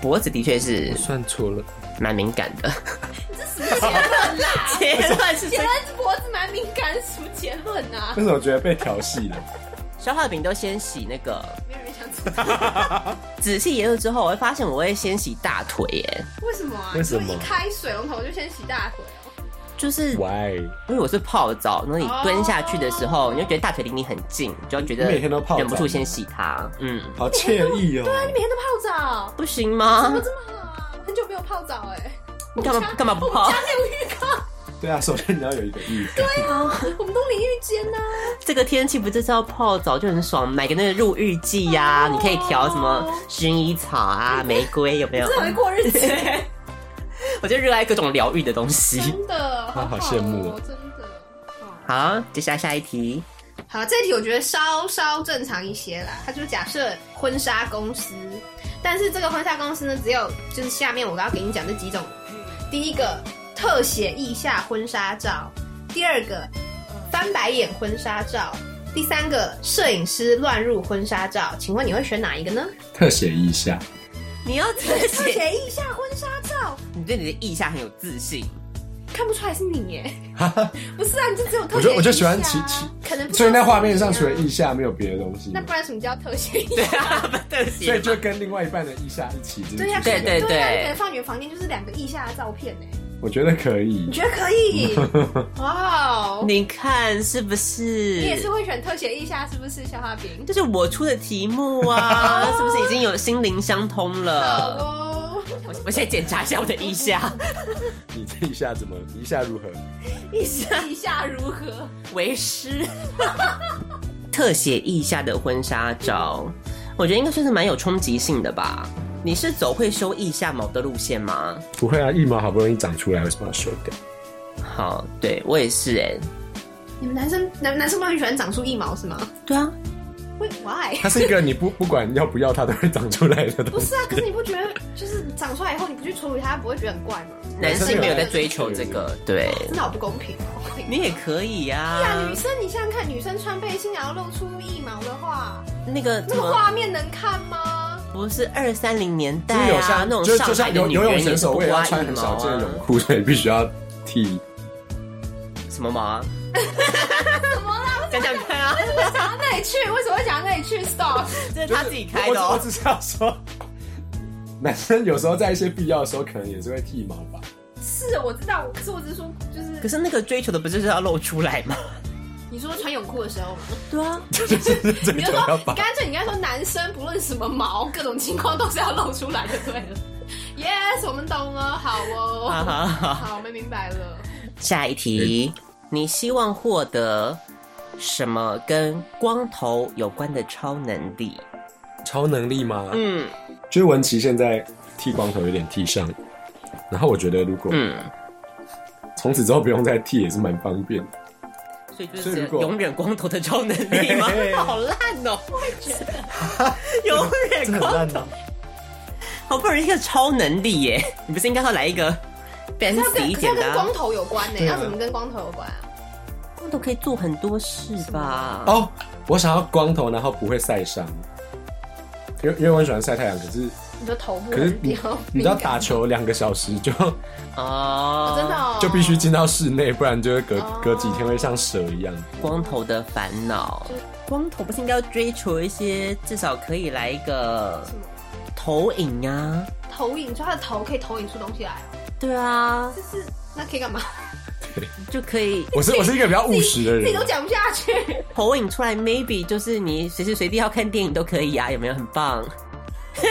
D: 脖子的确是
G: 算错了，
D: 蛮敏感的。
E: 结论 [laughs] 啦。
D: [laughs] 结论是这
E: 结
D: 个。
E: 论脖子蛮敏感，什么结论啊？
G: 但是我觉得被调戏了。
D: 消化饼都先洗那个
E: 没有人想做
D: 仔细研究之后，我会发现我会先洗大腿耶，
E: 为什么啊？
H: 为什么
E: 你一开水龙头就先洗大腿哦？
D: 就是因
H: Why？
D: 为我是泡澡，然后你
E: 哦
D: 蹲下去的时候，你就觉得大腿离你很近，你就觉得
H: 你每天都泡澡
D: 忍不住先洗它。嗯，
H: 好惬意哦。
E: 你每天都泡澡，
D: 不行吗
E: 怎么？这么好啊？很久没有泡澡哎、
D: 你干嘛干嘛不泡？ [laughs]
E: 没有浴缸，
H: 对啊，首先你要有一个浴缸。
G: 啊
E: 我们都淋浴间呐、
D: 这个天气不就是要泡澡就很爽？买个那个入浴剂呀、你可以调什么薰衣草啊、玫瑰，有没 [laughs] 有？
E: 怎么过日子？
D: 我就热爱各种疗愈的东 [laughs] 西。
E: [laughs] 真
H: [laughs]
E: 的，好
H: 好羡慕
E: 哦，真的。
D: 好，接下来下一题，
E: 好，这题我觉得稍稍正常一些啦。他就假设婚纱公司，但是这个婚纱公司呢，只有就是下面我要给你讲这几种：第一个特写腋下婚纱照，第二个翻白眼婚纱照，第三个摄影师乱入婚纱照。请问你会选哪一个呢？
H: 特写一下，
D: 你要自
E: 特
D: 信，
E: 写腋下婚纱照，
D: [laughs] 你对你的意向很有自信。
E: 看不出来是你耶。不是啊，你就只有特
H: 我
E: 写腋下
H: 就
E: 啊。
H: 我就喜欢骑骑，
E: 可能不
H: 所以
E: 知道
H: 那画面上
E: 是
H: 除
E: 你啊
H: 了腋下没有别的东西
E: 那
H: 吗，
E: 不然什么叫特写腋下？
D: 对啊， [laughs] 对不起
H: 所以就跟另外一半的腋下一起。
E: 对呀、
H: 就是
D: 对对
E: 对啊，你可能放你们房间就是两个腋下的照片呢、
H: 我觉得可以
E: 你。觉得可 [laughs] 以？哇哦，
D: 你看是不
E: 你也是
D: 是？
E: 会选特写腋下是不是？小花饼
D: 这，是我出的题目 [laughs] 啊，是不是已经有心灵相通
E: 好
D: 了？
E: 哦，
D: 我我现在检查一下我的腋下，
H: 你这一下怎么？一下如何？
E: 腋下腋下如何？
D: 为师。特写腋下的婚纱照，我觉得应该算是蛮有冲击性的吧。你是走会修腋下毛的路线吗？
H: 不会啊，腋毛好不容易长出来，为什么要修掉？
D: 好，对我也是哎、
E: [laughs] 你们男生男男生都很喜欢长出一毛是吗
D: 对啊，
E: 喂？Why？
H: 它是一个你不不管要不要它都会长出来的
E: 不
H: 东西。
E: 是啊，可是你不觉得就是长出来以后你不去处理它，不会觉得很怪吗？
D: 男生没有在追求这个，对
E: 真的好不公平哦！
D: 你也可以呀、
E: 对啊，女生你想想看，女生穿背心然后露出一毛的话，
D: 那个
E: 那
D: 怎
E: 个
D: 么
E: 画面能看吗？
D: 不是二三零年代
H: 就是有
D: 啊
H: 像，
D: 那种
H: 就
D: 上
H: 就
D: 海
H: 像
D: 的
H: 游
D: 女
H: 游泳
D: 人
H: 选
D: 也
H: 手
D: 不
H: 会要
D: 刮
H: 穿
D: 一
H: 很
D: 毛
H: 小件的泳
D: 啊，
H: 裤，所以必须要
E: [laughs]
H: 剃。
D: 什么毛啊？怎么啦？想想看啊，
E: 讲到那里去，为什么会讲到那里去？Stop！
D: 这是他自己开的
H: 我只
D: 哦
H: 我。只是要说，男生有时候在一些必要的时候，可能也是会剃毛吧。
E: 是我知道，可是我只是说，就是
D: 可是那个追求的不就是要露出来吗？
E: 你说穿泳裤的时候吗？
D: 对啊，
H: [laughs] 这
E: 你就
H: 种
E: 说
H: 要，把
E: 干脆你应该说，男生不论什么毛，各种情况都是要露出来的，对 [laughs] 了。Yes，我们懂了，好
H: 啊
D: 哈
E: 哦，
D: 啊哈哈。
E: 好，我们明白了。
D: 下一题，你希望获得什么跟光头有关的超能力？
H: 超能力吗？
D: 嗯
H: 就是文琪现在剃光头有点剃上瘾，然后我觉得如果
D: 嗯，
H: 从此之后不用再剃也是蛮方便的。
D: 所以就
H: 所以
D: 是
H: 如果
D: 永远光头的超能力 [laughs] 吗？好烂哦、我也觉得永远光头，好不容易一个超能力耶！你不是应该要来一个
E: 可是要
D: fancy
E: 跟
D: 一
E: 可是
D: 点
E: 要
D: 的
E: 跟
D: 啊、
E: 光头有关呢、要怎么跟光头有关啊？
D: 光头可以做很多事吧？
H: 哦，我想要光头，然后不会晒伤，因为因为我很喜欢晒太阳，可是
E: 你说头部
H: 可是
E: 很
H: 你
E: 比较
H: 你知道
E: 敏感
H: 打球两个小时就
D: 哦
E: [laughs] 哦真的、哦
H: 就必须进到室内，不然就会隔
E: 哦
H: 隔几天会像蛇一样。
D: 光头的烦恼。光头不是应该要追求一些，至少可以来一个
E: 么
D: 投影啊？
E: 投影，就他的头可以投影出东西来哦，
D: 对啊，
E: 就是那可以干嘛？
D: 就可以
H: 我是我是一个比较务实的
E: 自己
H: 人
E: 都，讲不下去。 [laughs]
D: 投影出来，maybe 就是你随时随地要看电影都可以啊，有没有？很棒。
E: 他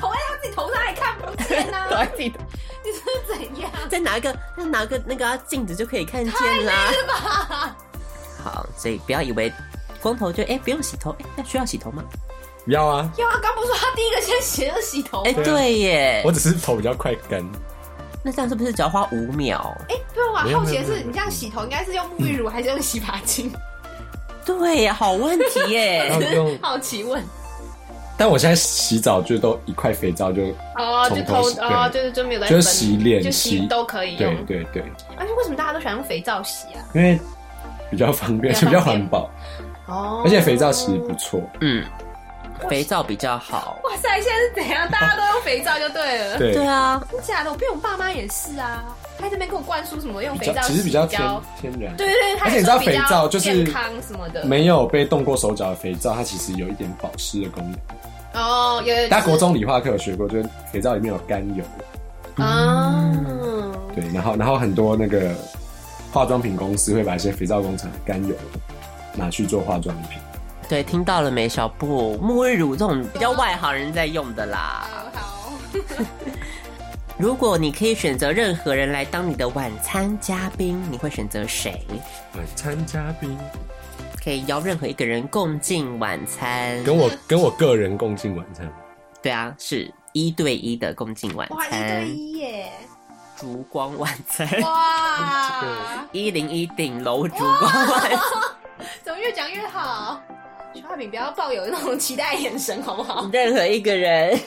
E: 头在他自己头上还看不见呢、啊，你是怎样？
D: [laughs] 再拿一个，再拿个那个啊镜子就可以看见啦。好，所以不要以为光头就哎、不用洗头，哎、那需要洗头吗？
H: 要啊，
E: 要啊，刚不是说他第一个先洗了洗头吗？
D: 哎、对耶
H: 我，只是头比较快干。
D: 那这样是不是只要花五秒？
E: 哎、对我
H: 没
E: 蛮
H: 有
E: 好奇的
H: 没有嗯
E: 是，你这样洗头应该是用沐浴乳还是用洗发精？
D: 对呀，好问题
H: 然
D: 耶。
E: [laughs]
H: 后用，
E: 好奇问。
H: 但我现在洗澡就都一块肥皂就，
E: 哦，就
H: 从
E: 头
H: 头洗
E: 哦，
H: 对
E: 就是就没有在
H: 就是
E: 分
H: 洗脸
E: 就洗
H: 洗
E: 都可以
H: 对
E: 用。
H: 对对，
E: 而啊且为什么大家都喜欢用肥皂洗啊？
H: 因为比较方便，
E: 比较方便
H: 比较环保，
E: 哦，
H: 而且肥皂其实不错。
D: 嗯，肥皂比较好。
E: 哇塞，现在是怎样？大家都用肥皂就呃对了。
H: [laughs] 对
D: 对啊，
E: 真假的？我变我爸妈也是啊，他在那边给我灌输什么用
H: 比
E: 肥
H: 较
E: 皂
H: 其实比较
E: 洗
H: 天
E: 胶
H: 天然，
E: 对对对，他
H: 而且
E: 也
H: 你知道
E: 说比较
H: 肥皂就是
E: 健康什么的，
H: 没有被动过手脚的肥皂，它其实有一点保湿的功能。
E: 哦，有有。
H: [laughs] 大家国中理化课有学过，就是肥皂里面有甘油，
E: 啊，
H: 对，然后然后很多那个化妆品公司会把一些肥皂工厂的甘油拿去做化妆品。
D: 对，听到了没，小布？沐浴乳这种比较外行人在用的啦。
E: 好，
D: 如果你可以选择任何人来当你的晚餐嘉宾，你会选择谁？
H: 晚餐哎嘉宾
D: 可以邀任何一个人共进晚餐。
H: 跟我跟我个人共进晚餐，
D: 对啊，是一对一的共进晚
E: 哇，一
D: 餐
E: 对，一
H: [laughs]
E: 耶，
D: 烛光晚餐，
E: 哇，
D: 一零一顶楼烛光晚
H: [laughs]
D: 餐。
E: 怎么越讲越好？小画饼不要抱有那种期待眼神，好不好？
H: 嗯
D: 任何一个人，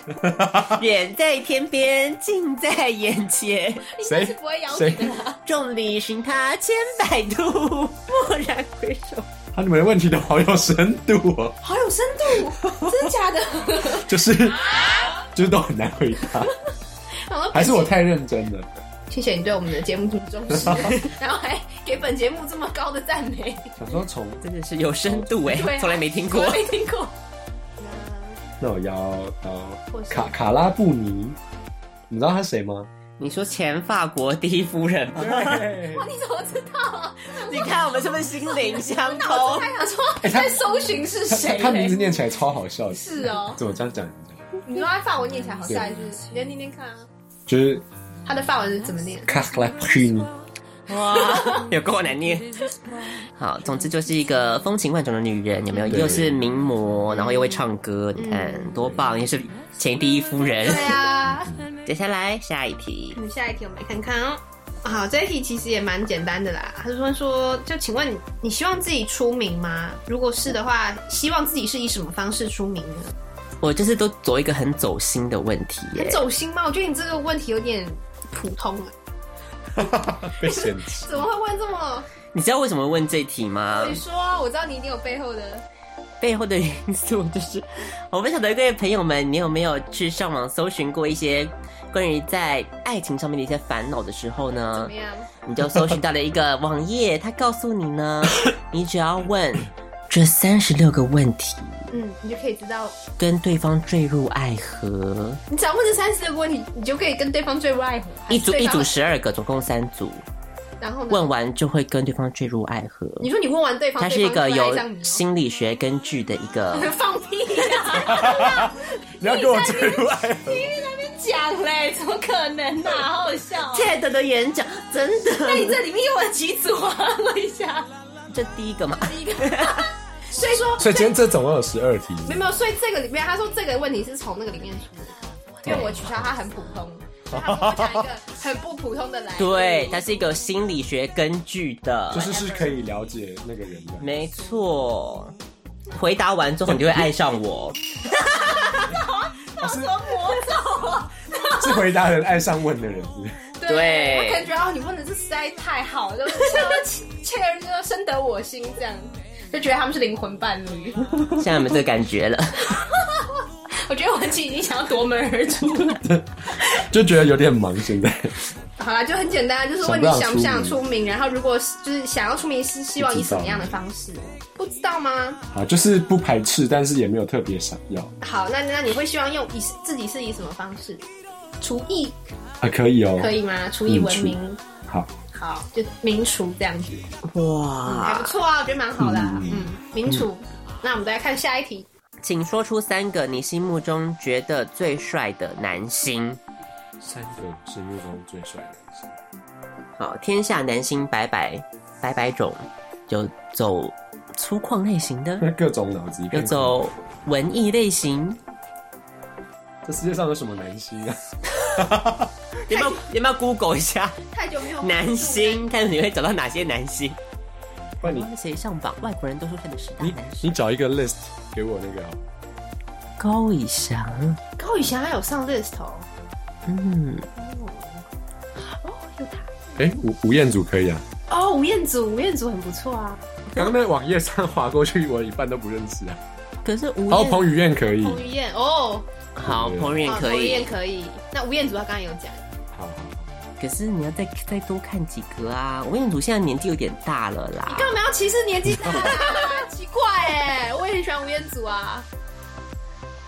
D: 远在天边，近在眼前，
E: 你
H: 谁
E: 下次不会邀你的啦。
D: 众里寻他千百度，蓦然回首。
H: 啊，你们的问题都好有深度 [laughs] 哦，
E: 好有深
H: [laughs]
E: 度，真的假的？
H: 就是就是都很难回 [laughs] 答，
E: 然后
H: 还是我太认真了。
E: 谢谢你对我们的节目这么重
H: [laughs]
E: 视，然后还给本节目这么高的赞美，
H: 想说从
D: 真的是有深度哎、
E: 对啊
D: 从来没听过
E: 我。没听过。
H: 那我邀到
E: 或是
H: 卡卡拉布尼，你知道他是谁 [laughs] 吗？
D: 你说前法国第一夫 [laughs] 人吗？
E: 哇，你怎么知道啊？
D: 你看我们是不是心灵相
E: 我
D: 通？
E: 还想说在搜寻是
H: 他哦哎他
E: 谁
H: 他名字
E: 嘞？
H: 念起来超好笑的，
E: 是哦，
H: 怎么这样讲？
E: 你说他法文念起来好帅，是不是？你来念念看啊，
H: 就是
E: 他的法文是怎么念？
H: 卡卡拉布尼，
D: 哇，有够难念。好，总之就是一个风情万种的女人，有没有？
E: 嗯
H: 对
D: 又是名模，然后又会唱歌，你看多棒！也是前第一夫人。
E: 对啊，
D: 接下来下一题，
E: 你嗯下一题我们来看看哦。好，这一题其实也蛮简单的啦。他是问说，就请问你，你希望自己出名吗？如果是的话，希望自己是以什么方式出名呢？
D: 我就是都走一个很走心的问题耶
E: 很。走心吗？我觉得你这个问题有点普通啊，
H: 被嫌弃。
E: 怎么会问这么？
D: 你知道为什么问这题吗？
E: 你说啊，我知道你一定有背后的。
D: 背后的因素就是， [laughs] 我不晓得各位朋友们，你有没有去上网搜寻过一些关于在爱情上面的一些烦恼的时候
E: 怎
D: 呢
E: 么？样？
D: 你就搜寻到了一个网页，它告诉你呢，
E: [laughs]
D: 你只要问这三十六个问题，
E: 嗯，你就可以知道，
D: 跟对方坠入爱河，
E: 你只要问这三十个问题，你就可以跟对方坠入爱河。
D: 一组
E: 还是
D: 一
E: 哎对方
D: 组，十二个，总共三组，
E: 然后呢？
D: 问完就会跟对方坠入爱河。
E: 你说你问完对方，
D: 它是一个
E: 对方就会
D: 有
E: 爱上你哦
D: 心理学根据的一个
E: [laughs] 放屁呀、
H: 你要给我坠入爱河，
E: 讲嘞，怎么可能呢、啊？好好笑哦、
D: TED 的演讲，真的。
E: 那你这里面又有几组啊？问一下，
D: 这第一个嘛，
E: 第一个，所以说，
H: 所以今天这总共有十二题。
E: 没有没有，所以这个里面他说这个问题是从那个里面出的，因为我取消它很普通，所以他跟我讲一个很不普通的
H: [laughs]
E: 来历。
D: 对，它是一个有心理学根据的
H: 就，是是可以了解那个人的。
D: 没错。回答完之后，你就会爱上 [laughs] 我。
H: 是回答人爱上问的人，
E: 对，他可能觉得哦，你问的这实在太好了，就是切切人就深得我心这样。就觉得他们是灵魂伴侣，
D: 现在有没有这个感觉了？
E: 我觉得文琪已经想要夺门而出了。
H: 就觉得有点忙。现在 [laughs]
E: 好啦，就很简单，就是问你想不想出名，然后如果是就是想要出名是希望以什么样的方式？不知道吗？
H: 啊，就是不排斥，但是也没有特别想要
E: 好，那那你会希望用以自己是以什么方式？厨艺
H: 啊，可以哦，
E: 可以吗？厨艺闻名，
H: 好，
E: 好，就名厨这样子，还
D: 哇！
E: 不错啊，我觉得蛮好的啊。嗯，名厨。那我们再看下一题，
D: 请说出三个你心目中觉得最帅的男星。
H: 三个是目中最帅的，
D: 好，天下男星百百百百种，有走粗犷类型的，
H: 那 [laughs] 各种脑子一
D: 有
H: 片空白。
D: 走文艺类型，
H: 这世界上有什么男星啊？
D: 有没有有没有 Google 一下
E: 太久没有
D: 男星，看你会找到哪些男星？
H: 不然你
D: 谁上榜？外国人都说他的十大
H: 你
D: 男
H: 你
D: 星，
H: 找一个 list 给我那个哦好，
D: 高以翔。
E: 哦高以翔还有上 list 哦，
D: 嗯，
H: 哎，吴吴彦祖可以啊。
E: 哦，吴彦祖，吴彦祖很不错啊，
H: 刚刚那网页上划过去，我一半都不认识啊。
D: 可是吴
H: 然后
D: 彦
H: 彭于晏可以，
E: 彭于晏哦，
D: 好，彭于晏
E: 啊
D: 可
E: 彭于
D: 以
E: 晏，可以。那吴彦祖他刚刚有讲，
H: 好好好，
D: 可是你要再再多看几个啊！吴彦祖现在年纪有点大了啦，
E: 干嘛要欸歧视年纪大的啊？奇怪哎，我也很喜欢吴彦祖啊。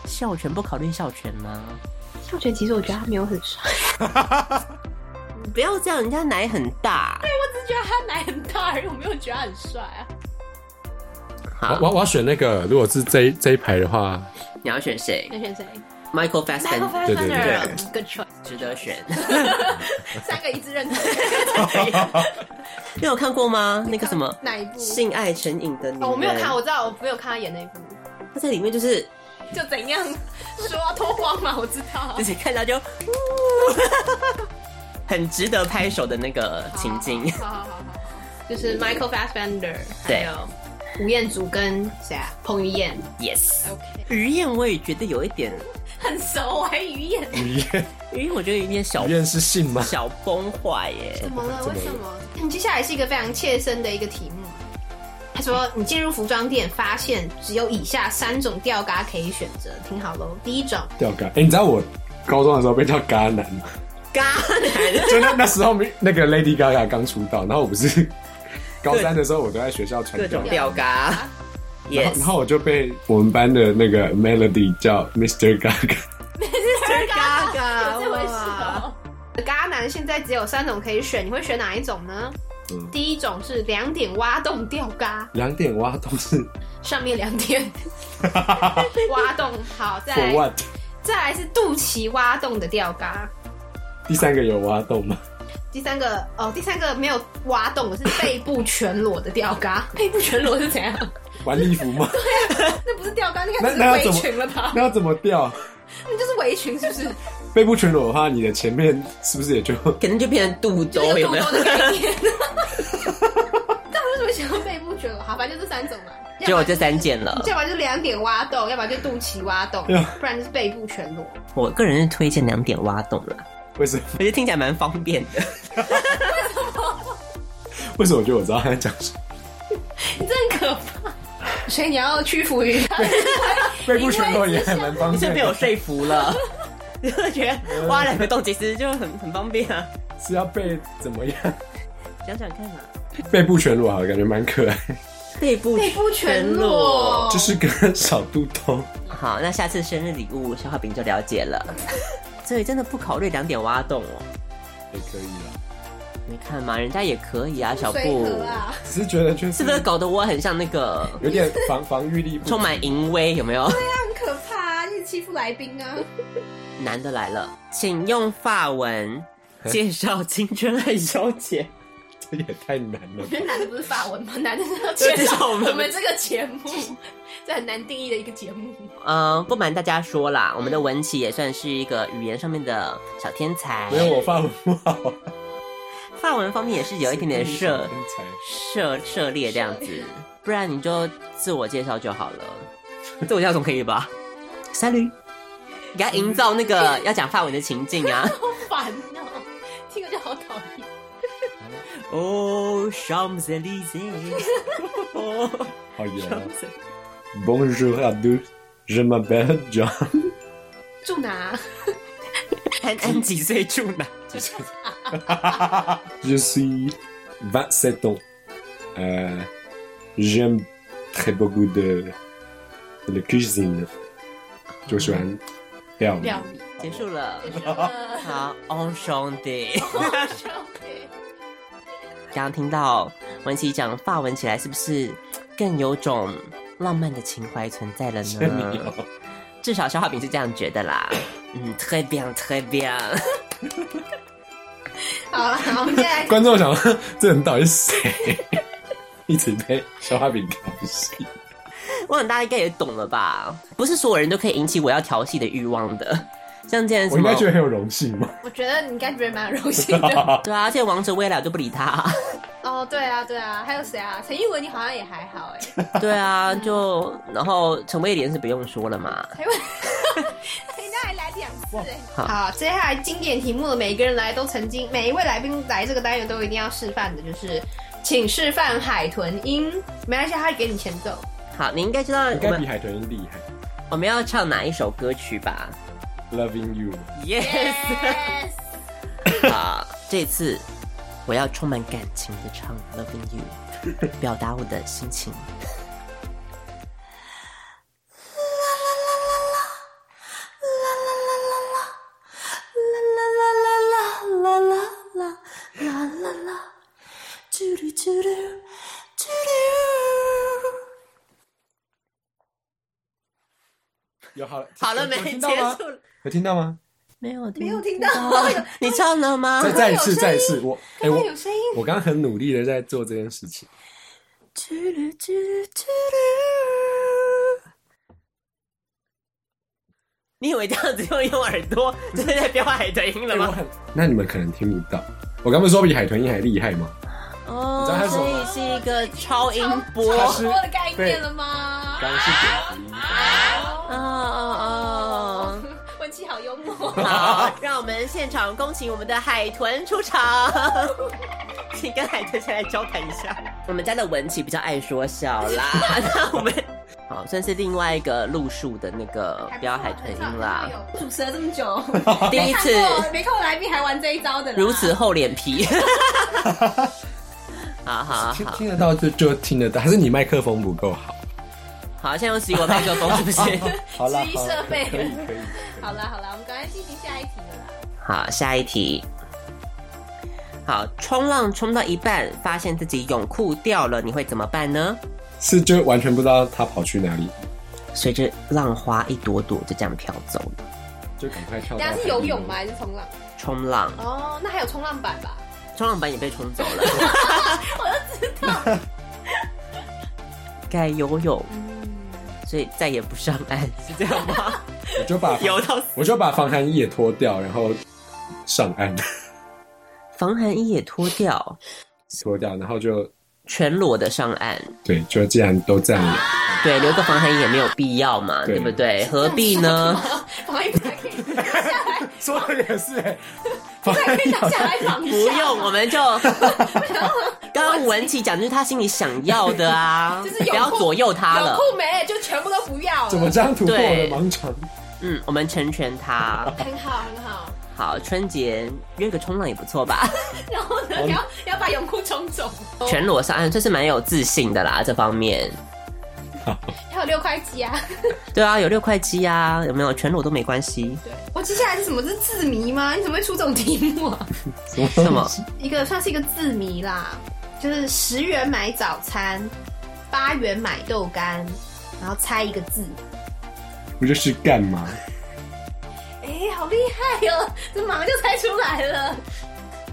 D: 孝权不考虑孝权吗？
K: 上学其实我觉得他没有很帅，
D: 不要这样，人家奶很大。
E: 对，我只是觉得他奶很大而已，我没有觉得他很帅啊。
D: 好，
H: 我我要选那个，如果是这一这一排的话，
D: 你要选谁
E: 那选谁
D: ？Michael
E: ？Michael
D: Fassbender，
H: 对对对
E: Good choice，
D: 值得选。 [laughs]
E: 三个一致认同。
D: 你有看过吗？那个什么
E: 哪一
D: 《
E: 部
D: 性爱成瘾的女人》？
E: 哦，我没有看，我知道，我没有看他演那一部，
D: 他在里面就是
E: 就怎样说啊脱光嘛，我知道
D: 自。己看到就， [laughs] 很值得拍手的那个情境。
E: 好好好好，就是 Michael Fassbender，
D: 对
E: 还有吴彦祖跟谁啊？彭于晏。
D: Yes，
E: OK，
D: 于燕我也觉得有一点，
E: 很熟哎，于晏。
H: 于燕，
D: 于燕我觉得有一点小
H: 于燕是姓吗？
D: 小崩坏耶。 [laughs]
E: 怎么了？
H: 怎么了
E: 为什么？嗯，接下来是一个非常切身的一个题目。他说：“你进入服装店，发现只有以下三种吊嘎可以选择，听好喽。第一种，
H: 吊嘎，哎、你知道我高中的时候被叫嘎男吗？
D: 嘎男，
H: 就那那时候没那个 Lady Gaga 刚出道，然后我不是高三的时候，我都在学校穿
D: 各
H: 吊
D: 种
H: 嘎，
D: 吊嘎。
H: 然后
D: Yes，
H: 然后我就被我们班的那个 Melody 叫 Mr. Gaga， [laughs]
E: 吊
D: 嘎嘎
E: 有这回事哦。嘎男现在只有三种可以选，你会选哪一种呢？
H: 嗯
E: 第一种是两点挖洞吊嘎，
H: 两点挖洞是
E: 上面两点 [laughs] 挖洞，好，再
H: for
E: 来
H: what？
E: 再来是肚脐挖洞的吊嘎。
H: 第三个有挖洞吗？
E: 第三个哦，第三个没有挖洞，是背部全裸的吊嘎。 [laughs] 背部全裸是怎样？
H: 晚礼服吗？ [laughs]
E: 啊那不是吊杆，那个
H: 那
E: 只
H: 那要
E: 是
H: 怎
E: 围
H: 么
E: 裙了吧？
H: 那要怎么吊？
E: 那就是围裙，是
D: [laughs]
E: 不是？
H: 背部全裸的话，你的前面是不是也就
D: 可能就变成肚
E: 就是
D: 兜，有
E: 肚
D: [laughs] 没有
E: 兜？的概念。但我为什么想要背部卷了？好， [laughs] 反正就这三种嘛。
D: 结
E: 要
D: 果
E: 不然
D: 这三件了。
E: 要不然就两点挖洞，要不然就肚脐挖洞
H: 对啊，
E: 不然就是背部全裸。
D: 我个人是推荐两点挖洞啦，
H: 为什么？
D: 我
H: [laughs]
D: 觉得听起来蛮方便的。
H: 为什么我觉得我知道他在讲什么？
E: 你真的很可怕，所以你要屈服于他。
H: 背部全裸也还蛮方
D: 你 [laughs] 是
H: 便
D: 被我
H: 的，
D: 说服了， [laughs] 就觉得挖两个洞其实就很很方便啊。
H: 是要背怎么样？ [laughs]
D: 想想看啊嘛，
H: 背部全裸好像感觉蛮可爱，
D: 背部
E: 背部全裸，
H: 就是个小肚兜。
D: 好，那下次生日礼物小画饼就了解 [laughs] 了。所以真的不考虑两点挖洞哦。
H: 也可以啦，
D: 你看嘛，人家也可以啊，小
E: 随
D: 布
E: 和啊。
H: 只是觉得就是
D: 不是搞得我很像那个
H: 有点防防御力不足
D: 充满淫威？有没有？
E: 很可怕啊！一直欺负来宾
D: [laughs]
E: 啊！
D: 男的来了，请用法文介绍青春爱消 [laughs] 遣。
H: 这也太难了吧。
E: 男的不是法文吗？男的是要
D: 对
E: 介
D: 介绍
E: 绍
D: 我
E: [laughs] 我
D: 们
E: 们这个节目，这很难定义的一个节目。
D: 嗯，不瞒大家说啦，我们的文琪也算是一个语言上面的小天才
H: 没，有哎我发文不好，
D: 法文方面也是有一点点涉
H: 天才
D: 涉涉猎这样子，不然你就自我介绍就好了， [laughs] 自我介绍总可以吧？三驴，给他营造那个要讲法文的情境啊。
E: 好烦哦，听着就好讨厌。
D: 哦 c h a m p s e l y s é 哦
H: 好严哦。
D: ，Champs-Élysées
H: Bonjour à tous, je m'appelle John。
E: 住哪？
D: 安安哎几岁住哪？
H: Je suis vingt-sept ans. Euh, j'aime très beaucoup de la cuisine. 就喜欢料理。
E: 料理。
D: 结束了，
E: 呃
D: 好，On 兄 [laughs] 弟。
E: OK
D: 刚刚听到文琪讲发文起来，是不是更有种浪漫的情怀存在了呢？至少消化饼是这样觉得 [laughs] 啦。嗯，特别特别。
E: 好了，好我们现在
H: 观众想 [laughs] 说，这人到底是谁？ [laughs] 一直被小花饼调戏。
D: 我想大家应该也懂了吧？不是所有人都可以引起我要调戏的欲望的。像这样
H: 我
D: 什
H: 应该
D: 么？
H: 觉得很有荣幸吗？
E: 我觉得你应该觉得蛮有荣幸的。
H: [laughs]
D: 对啊，而且王者未来我就不理他。
E: 哦，对啊，对啊，还有谁啊？陈奕文，你好像也还好
H: [laughs]
E: 哎、欸。
D: 对啊，就然后陈威廉是不用说了嘛。
E: 陈奕文，人家还来两次哎、
D: 好
E: 好，接下来经典题目的每一个人来都曾经，每一位来宾来这个单元都一定要示范的，就是请示范海豚音。没关系，他会给你前奏。
D: 好，你应该知道
H: 应
D: 我
H: [laughs] 该比
D: 们
H: 海豚音厉害。
D: 我们要唱哪一首歌曲吧
H: Loving you，
D: ？Yes。
E: Yes，
D: 啊，这次我要充满感情的唱《Loving You》，表达我的心情。啦啦啦啦啦，
L: 嘟噜嘟噜嘟噜。
H: 有好了，
D: 好了没？
H: 有
D: 结
H: 听到吗
D: 束了，
H: 有听到吗？
D: 没有
E: 没有听
D: 到，你唱了吗？
H: 再再一次，再一次，我哎、我
E: 有声音
H: 我刚刚很努力的在做这件事情。
L: 嘟噜嘟噜嘟噜。
D: 你以为这样子用用耳朵就是在标海豚音了吗？
H: 哎那你们可能听不到，我刚不是说比海豚音还厉害吗？
D: 哦
H: 你知道它，是什
D: 所
H: 么
D: 以是一个超音波。
H: 它是
E: [laughs] 我的概念了吗？ [laughs]
H: 刚刚是点音。
D: 哦哦
H: [laughs]
E: 问题好幽默。
D: 哦！好，让我们现场恭请我们的海豚出场， [laughs] 请跟海豚先来交谈一下。我们家的文琪比较爱说笑
H: [laughs]
D: 啦，那我们好算是另外一个路数的那个标海豚音啦。，
E: 主持了这么久
D: [laughs] 第一次
E: 没看过没看过来宾还玩这一招的啦，
D: 如此厚脸皮。好好
H: 听
D: 好，
H: 听得到就就听得到，还是你麦克风不够好？
D: 好，现在用十一我麦克风是不 [laughs] 是？
H: 好啦
E: 质疑设备
H: 可以可以。
E: [laughs] 好啦好啦，我们赶快进行下一题了啦。
D: 好，下一题。好，冲浪冲到一半，发现自己泳裤掉了，你会怎么办呢？
H: 是就完全不知道他跑去哪里，
D: 随着浪花一朵朵就这样飘走了。
H: 就赶快跳
E: 等
H: 到
E: 下
H: 海里。
E: 是游泳吗？还是冲浪？
D: 冲浪，
E: 哦，那还有冲浪板吧？ [laughs]
D: 冲浪板也被冲走了。 [laughs] 我就知道， [laughs] 该游泳，所以再也不上岸，是这样 [laughs] 吗？
H: 我就 [laughs] 把
D: 游到
H: 我就把防寒衣也脱掉，然后上岸， [laughs]
D: 防寒衣也脱掉，
H: 脱掉，然后就
D: 全裸的上岸。
H: 对，就既然都这样了，
D: [laughs] 对，留个防寒衣也没有必要嘛，
H: 对
D: 对不对？何必呢？
E: 防一下可以拿下来，
H: 说的也是、 [laughs] 欸，
E: 防可以拿下来防一
D: 不
E: 下。
D: 用，我
E: [laughs]
D: 们就刚刚文琪讲，就是他心里想要的啊，
E: [laughs] 就是
D: 不
E: 有
D: 要
E: 空
D: 左右他
E: 有
D: 了。
E: 空没就全部都不要了。
H: 怎么这样突破我的
D: 对
H: 盲肠？
D: 嗯，我们成全他。
E: 很好很好。
D: 好，春节约个冲浪也不错吧？
E: 然后呢，你要你要把泳裤冲走，
D: 哦全裸上嗯岸，这是蛮有自信的啦，这方面。
E: 还有六块肌啊。
D: 对啊，有六块肌啊，有没有全裸都没关系。
E: 我接下来是什么？是字谜吗？你怎么会出这种题目啊？
D: 什
E: [laughs]
D: 么？
E: 一个算是一个字谜啦，就是十元买早餐，八元买豆干，然后猜一个字。
H: 不就是干嘛？
E: 哎、好厉害哦！这马上就猜出来了。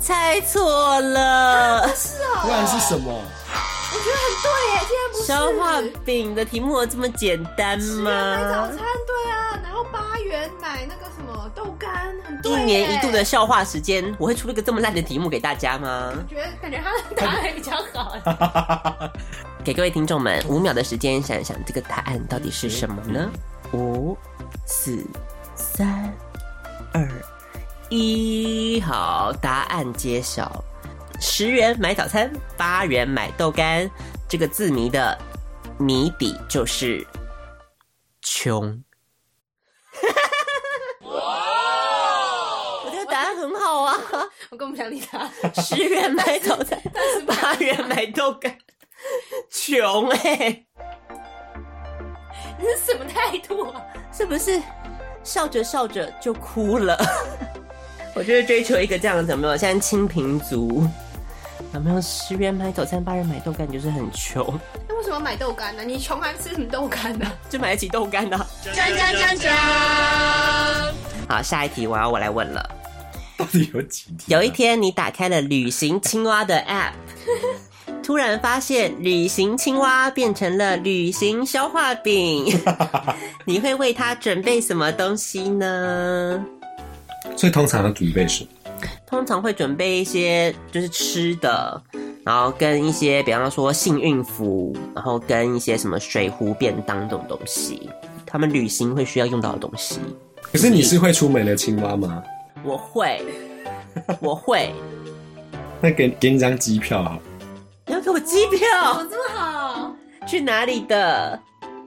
D: 猜错了，
E: [laughs] 是哦，
H: 不然是什么？
E: 我觉得很对耶，竟然不是
D: 消化饼的题目有这么简单
E: 买早
D: 吗
E: 餐？对啊，然后八元买那个什么豆干，很对
D: 一
E: 耶。
D: 年一度的笑话时间，我会出一个这么烂的题目给大家吗？
E: 觉得感觉他的答案还比较好。
D: 给各位听众们五秒的时间，想一想这个答案到底是什么呢？五、四、三、二、一，好，答案揭晓。十元买早餐，八元买豆干，这个字谜的谜底就是穷。我觉得答案很好啊！
E: 我根本不想理他。
D: 十元买早餐，八元买豆干，穷哎、
E: 你是什么态度啊？
D: 是不是笑着笑着就哭了？ [laughs] 我就是追求一个这样子，有没有？现在清贫族，有没有十元买早餐，八元买豆干，就是很穷，
E: 那为什么买豆干呢？你穷还吃什么豆干呢、
D: 就买得起豆干的、啊
E: 锵锵锵锵！
D: 好，下一题我要我来问了。
H: 到底有几题？
D: 有一天，你打开了旅行青蛙的 App，突然发现旅行青蛙变成了旅行消化 [laughs] 饼，你会为它准备什么东西呢？
H: 所以通常要准备什么？
D: 通常会准备一些就是吃的，然后跟一些比方说幸运符，然后跟一些什么水壶、便当这种东西，他们旅行会需要用到的东西。
H: 可是你是会出门的青蛙吗？
D: 我会， [laughs] 我会，
H: 那给给你张机票啊好了，
D: 你要给我机票
E: 怎么这么好？
D: 去哪里的？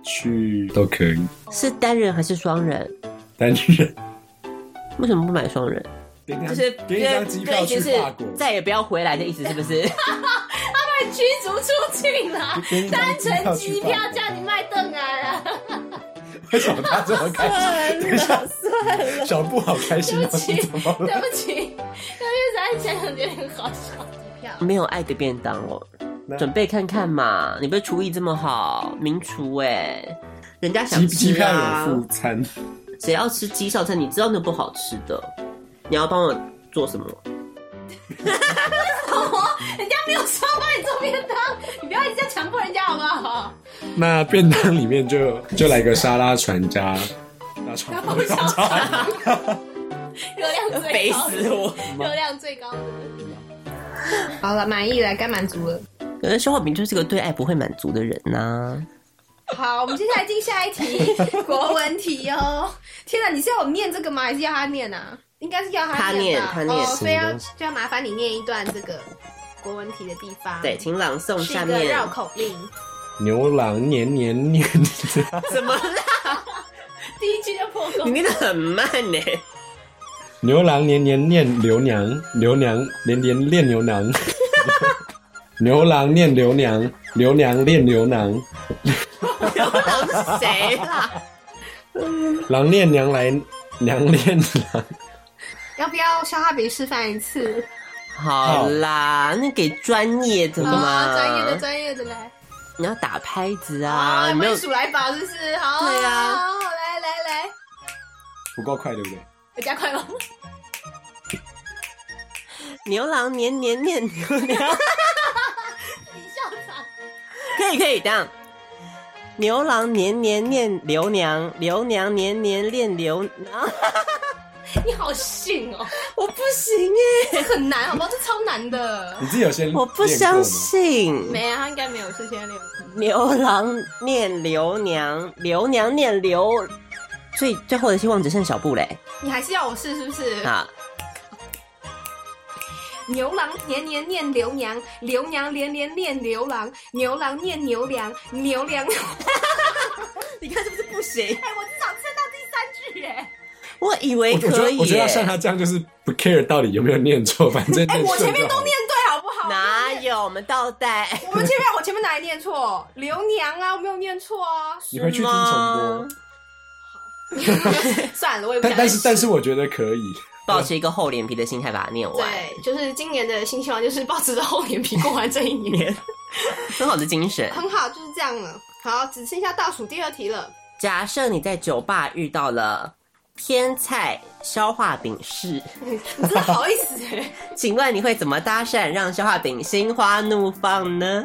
H: 去都可以，
D: 是单人还是双人？
H: 但是
D: 为什么不买双人？
H: 给你
D: 就
H: 张
D: 是
H: 给你张机票
D: 就
H: 去
D: 是
H: 法国，
D: 再也不要回来的意思，是不是？
E: 他把你驱逐出去了
H: 给你，
E: 单
H: 张机票
E: 程
H: 去
E: 机
H: 吧
E: 票叫你卖邓啊了。
H: 为什么他这么开心？等一下，
E: 算了
H: 小布好开心
D: [laughs]
E: 对
H: 哦，
E: 不起，
H: 是怎么
E: 对
H: 了？
E: 不起，刚刚一直在想想觉得很好笑。
M: [laughs] 票。
D: [laughs] 没有爱的便当哦，准备看看嘛。你不是厨艺这么好，名厨哎、人家想
H: 机
D: 吃
H: 机票
D: 啊。
H: 有副餐，
D: 谁要吃鸡少餐？你知道那不好吃的。你要帮我做什么？
E: 什
M: 哦
E: 么？人家没有说要帮你做便当，你不要一直在强迫人家好不好？
H: 那便当里面就就来个沙拉船加
E: 然后小肠，热量最高
D: [laughs] [laughs]
E: 的，
D: 肥死我
E: 热量最高的。
M: 好了，满意了，该满足了。
D: 可是消化饼就是个对爱不会满足的人呐、
M: 好，我们接下来进下一题，国文题哦。天哪，你是要我念这个吗？还是要他念啊？应该是要
D: 他
M: 念吧。
D: 念他念
M: 哦，所以
D: 什
M: 要
D: 么东西
M: 就要麻烦你念一段这个国文题的地方。
D: 对，请朗诵
M: 是
D: 下
M: 一个
D: 面
M: 绕口令。
H: 牛郎年年年。
D: 怎么啦？
E: 第一句就破功。
D: 你念的很慢欸呢、
H: [laughs]
D: [laughs]
H: 牛郎年年念刘娘，刘娘年年恋牛郎。牛郎念刘娘，刘娘恋牛郎，
D: 牛郎是谁啦？
H: 郎恋娘来，娘恋郎。
M: 要不要消化饼示范一次？
D: 好啦，那给专业的嘛，
M: 啊专业的，专业的来。
D: 你要打拍子
M: 啊
D: 啊，你没有
M: 会数来宝是不是？好，
D: 对啊
M: 好，好来来来，
H: 不够快，对不对？
M: 我加快哦吗？
D: 牛郎年年念牛娘，
E: 你笑场。
D: 可以可以这样。牛郎年年念刘娘，刘娘年年恋刘啊，
E: 你好逊哦！
D: 我不行
E: 这很难，好不好？这超难的。
H: 你自己有先
D: 我不相信。
E: 没啊，他应该没有事先练。
D: 牛郎念刘娘，刘娘念刘，所以最后的希望只剩小布嘞。
M: 你还是要我试是不是？
D: 啊，
M: 牛郎年年念刘娘，刘娘年年念牛郎，牛郎念牛娘，牛娘。
D: 你看是不是不行？
M: [laughs] 哎，我至少撑到第三句哎。
D: 我以为
H: 我觉
D: 可
H: 得
D: 以、耶
H: 我觉得像他这样就是不 care 到底有没有念
M: [laughs]
H: 错，反正
M: 哎，
H: 念
M: 我
H: 顺
M: 前
H: 就
M: 面
H: 好
M: 都
H: 了。
M: 念对好不好？
D: 哪有我们
M: [laughs]
D: 倒带？
M: 我们前面我前面哪里念
H: [laughs]
M: 错？刘娘啊，我没有念错啊。
H: 你回去听重
M: [laughs] 算了，我也
H: 播，
M: 不想。
H: 但但是但是我觉得可以。 [laughs]
D: 保持一个厚脸皮的心态把它念完，
M: 对，就是今年的新希望就是抱持着厚脸皮过完这一
H: [laughs]
M: 年，
D: 很好的精神。
M: 很好，就是这样了。好，只剩下倒数第二题了。 [laughs]
D: 假设你在酒吧遇到了天菜消化饼士，
M: 你真的好意思
H: [laughs]
M: 哎、
D: [laughs] 请问你会怎么搭讪让消化饼心花怒放呢？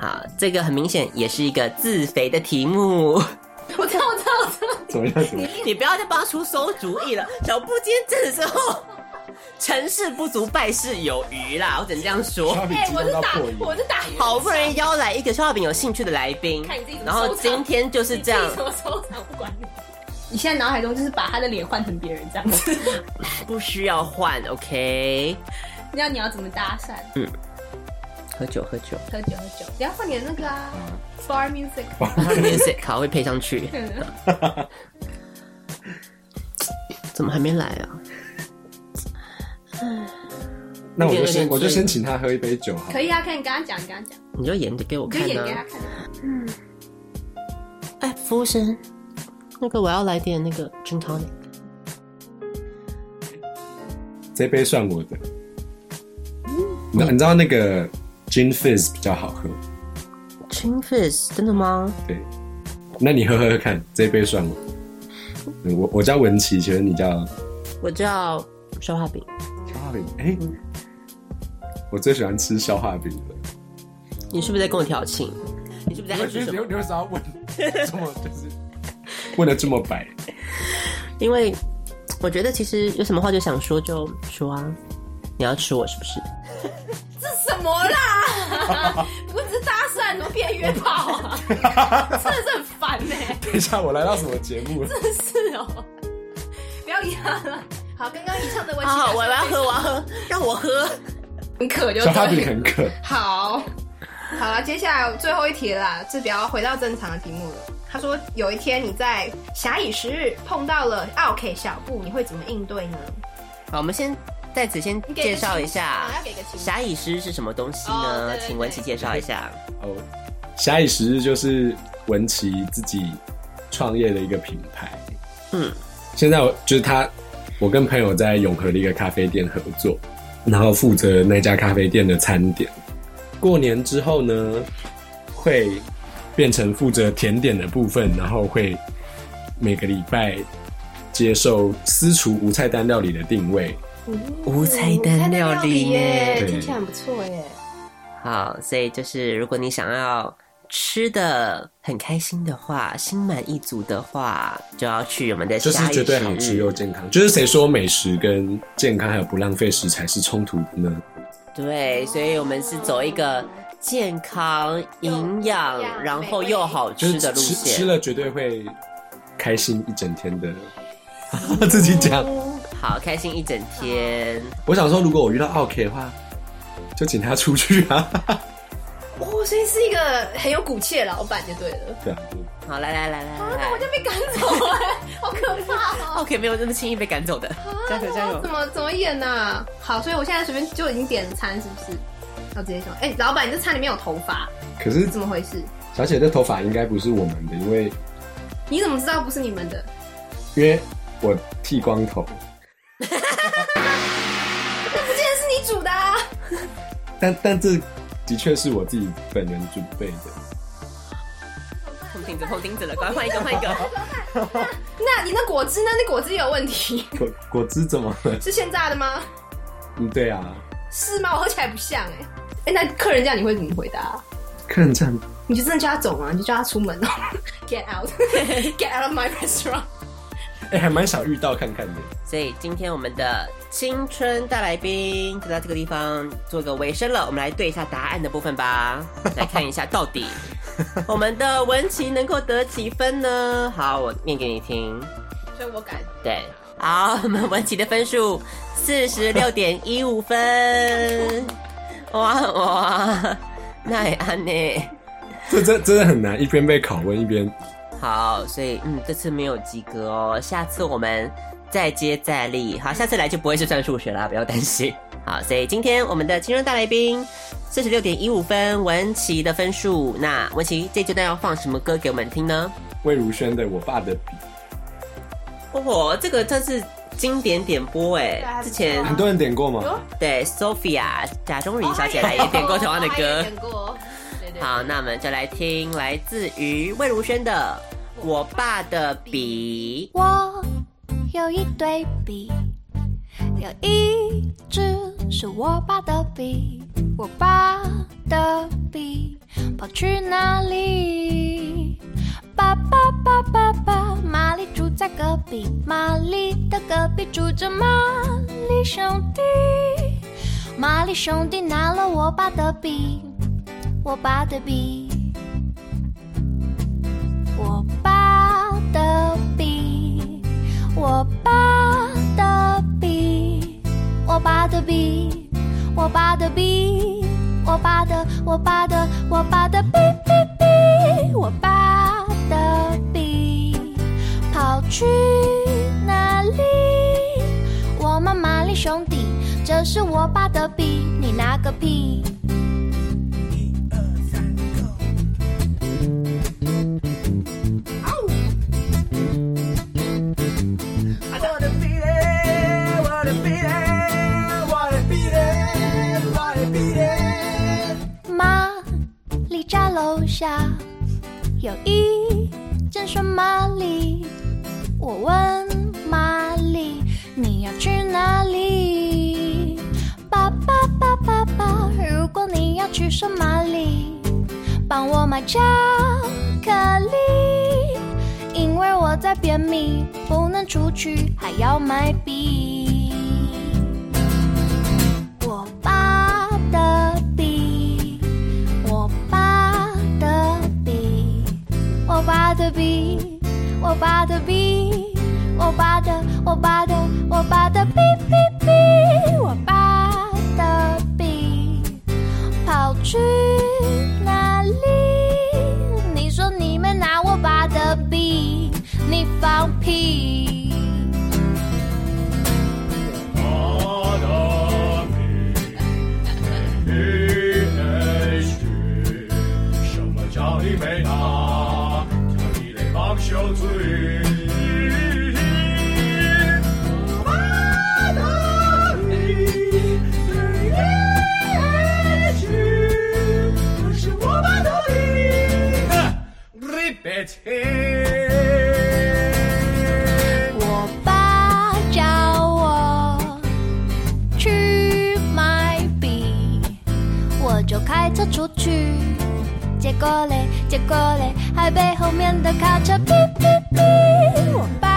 D: 好，这个很明显也是一个自肥的题
M: [laughs]
D: 目。
E: 我知道，我知道，我知道。
H: 怎么样？怎么
D: 你你不要再帮他出馊主意了，小布今天真的是哦， [laughs] 成事不足败事有余啦，我只能这样说。
E: 哎、我是打，我是打圆场。
D: 好不容易邀来一个消化饼有兴趣的来宾
E: 看你自己，怎么
D: 然
E: 收场
D: 后今天就是这样
E: 你自，己怎么收场不管你。你现在脑海中就是把他的脸换成别人这样子，
M: [laughs]
D: 不需要换，OK？
E: 你知道你要怎么搭讪？
D: 嗯，喝酒喝酒
E: 喝酒喝酒，
M: 你要放点那个啊，bar music。
D: ，music 好会配上 [laughs] 去，怎么还没来啊？
H: 那我就先
D: 有点
H: 我就先请他喝一杯酒好了。
E: 可以啊，可以，你跟他讲，你跟他讲，
D: 你就演给我
E: 你就
D: 看
E: 演给他
D: 啊！
E: 看。
D: 嗯，哎，服务生，那个我要来点那个 gin tonic，
H: 这杯算我的。
M: 嗯
H: 你知道你知道那个 gin fizz 比较好喝，
D: Chin Fizz，真的吗？
H: 对。那你喝喝看，这杯算我。嗯我我叫文琪，请问你叫
D: 我叫消化饼，
H: 消化饼。哎、我最喜欢吃消化饼了。
D: 你是不是在跟我调情？你是不是在暗示什么？
H: 为啥要问
M: [laughs]
H: 这么就是问的这么白？
D: 因为我觉得其实有什么话就想说就说啊，你要吃我是不是？
E: 这什么
M: [laughs]
E: 啦？不是搭讪，怎么变约炮
D: [laughs]
E: 啊？真的是很烦呢、
H: 等一下，我来到什么节目了？
E: 真的是哦。不要演了，
M: 啊好，刚刚以上的文
D: 好好，我我要喝，我
M: [laughs]
D: 要喝，让我喝。
M: 很渴就
H: 消化
M: 对
H: 饼
M: 了。
H: 很渴。
M: 好，好了，接下来最后一题了啦，这比较回到正常的题目了。他说，有一天你在暇以时日碰到了 OK 小布，你会怎么应对呢？
D: 好，我们先在此先
M: 你给个
D: 介绍一下
M: 情况要给个情况
D: 侠蚁师是什么东西
M: 哦
D: 呢
M: 对？对
D: 请文琪介绍一下。
H: 哦，暇以时日就是文琪自己创业的一个品牌。
D: 嗯，
H: 现在我就是他，我跟朋友在永和的一个咖啡店合作，然后负责那家咖啡店的餐点。过年之后呢，会变成负责甜点的部分，然后会每个礼拜接受私厨无菜单料理的定位。
D: 无菜单料理
M: 耶，
H: 对
M: 听起来很不错耶。
D: 好，所以就是如果你想要吃的很开心的话，心满意足的话，就要去我们的
H: 就是
D: 下一
H: 绝对
D: 食
H: 好吃
D: 日
H: 又健康。就是谁说美食跟健康还有不浪费食材是冲突的呢？
D: 对，所以我们是走一个健康、营养，然后又好
H: 就
D: 吃
H: 是
D: 的路
H: 吃吃
D: 线。
H: 了绝对会开心一整天的。 [laughs] 自己讲，
D: 好开心一整天。
H: 我想说，如果我遇到奥 K 的话，就请他出去啊。 [laughs]
M: 哦，所以是一个很有骨气的老板就对了。
H: 对啊，
D: 好，来来来来
M: 啊，
D: 来
M: 那我就被赶走了， [laughs] 好可怕哦！
D: ，OK，没有那么轻易被赶
M: 啊
D: 走的。加油加油
M: 怎！么怎么演呐、啊好，所以我现在随便就已经点餐，是不是？要直接说，哎、老板，你这餐里面有头发，
H: 可是
M: 怎么回事？
H: 小姐的头发应该不是我们的，因为
M: 你怎么知道不是你们的？
H: 因为我剃光头，
M: 那不见得是你煮的、啊。
H: 但但这的确是我自己本人准备的。
D: 碰钉子碰钉子了，赶快换一个换一个。
M: 那你那果汁呢？那果汁有问题， [laughs]
H: 果果汁怎么了？
M: 是现榨的吗？
H: 嗯，对啊，
M: 是吗？我喝起来不像哎、哎、那客人这样你会怎么回答、啊
H: 客人这样
M: 你就真的叫他走吗？你就叫他出门哦 [laughs] ，Get [laughs] out，Get out of my restaurant。
H: 哎、还蛮想遇到看看的。
D: [laughs] 所以今天我们的青春大来宾就到这个地方做个尾声了。我们来对一下答案的部分吧，来看一下到底我们的文琪能够得几分呢？好，我念给你听。
M: 所以我敢
D: 对，好，我们文琪的分数四十六点一五分，哇哇，那也安呢。
H: 这真真的很难，一边被拷问一边
D: 好，所以嗯，这次没有及格哦，下次我们再接再厉。好，下次来就不会是算数学啦，不要担心。好，所以今天我们的青春大来宾四十六点一五分，文琪的分数。那文琪这阶段要放什么歌给我们听呢？
H: 魏如萱的《我爸的笔
D: 哦，这个真是经典点播哎，之前》，
H: 很多啊人点过吗？
D: 对 Sophia 贾钟琳小姐来也
E: 哦
D: 点过同样的歌。
M: 过。
D: 好，那我们就来听来自于魏如萱的《我爸的笔》。
N: 我有一对笔，有一支是我爸的笔，我爸的笔跑去哪里？爸爸爸爸爸，玛丽住在隔壁，玛丽的隔壁住着玛丽兄弟，玛丽兄弟拿了我爸的笔，我爸的笔，我爸的笔。我爸的笔，我爸的笔，我爸的笔，我爸的，我爸的，我爸的笔笔笔，我爸的笔跑去哪里？我们玛丽兄弟，这是我爸的笔，你拿个屁！玛丽家楼下有一间双玛丽，我问玛丽你要去哪里？爸爸爸爸爸，如果你要去圣玛丽，帮我买巧克力，因为我在便秘，不能出去，还要买笔。我爸的笔。我爸的笔，我爸的笔，我爸的笔，我爸的，我爸的，我爸的笔笔笔，我爸的笔跑去哪里？你说你们拿我爸的笔，你放屁！
O: 我爸的笔，
N: 就开车出去，结果嘞，结果嘞，还被后面的卡车哔哔哔，我爸。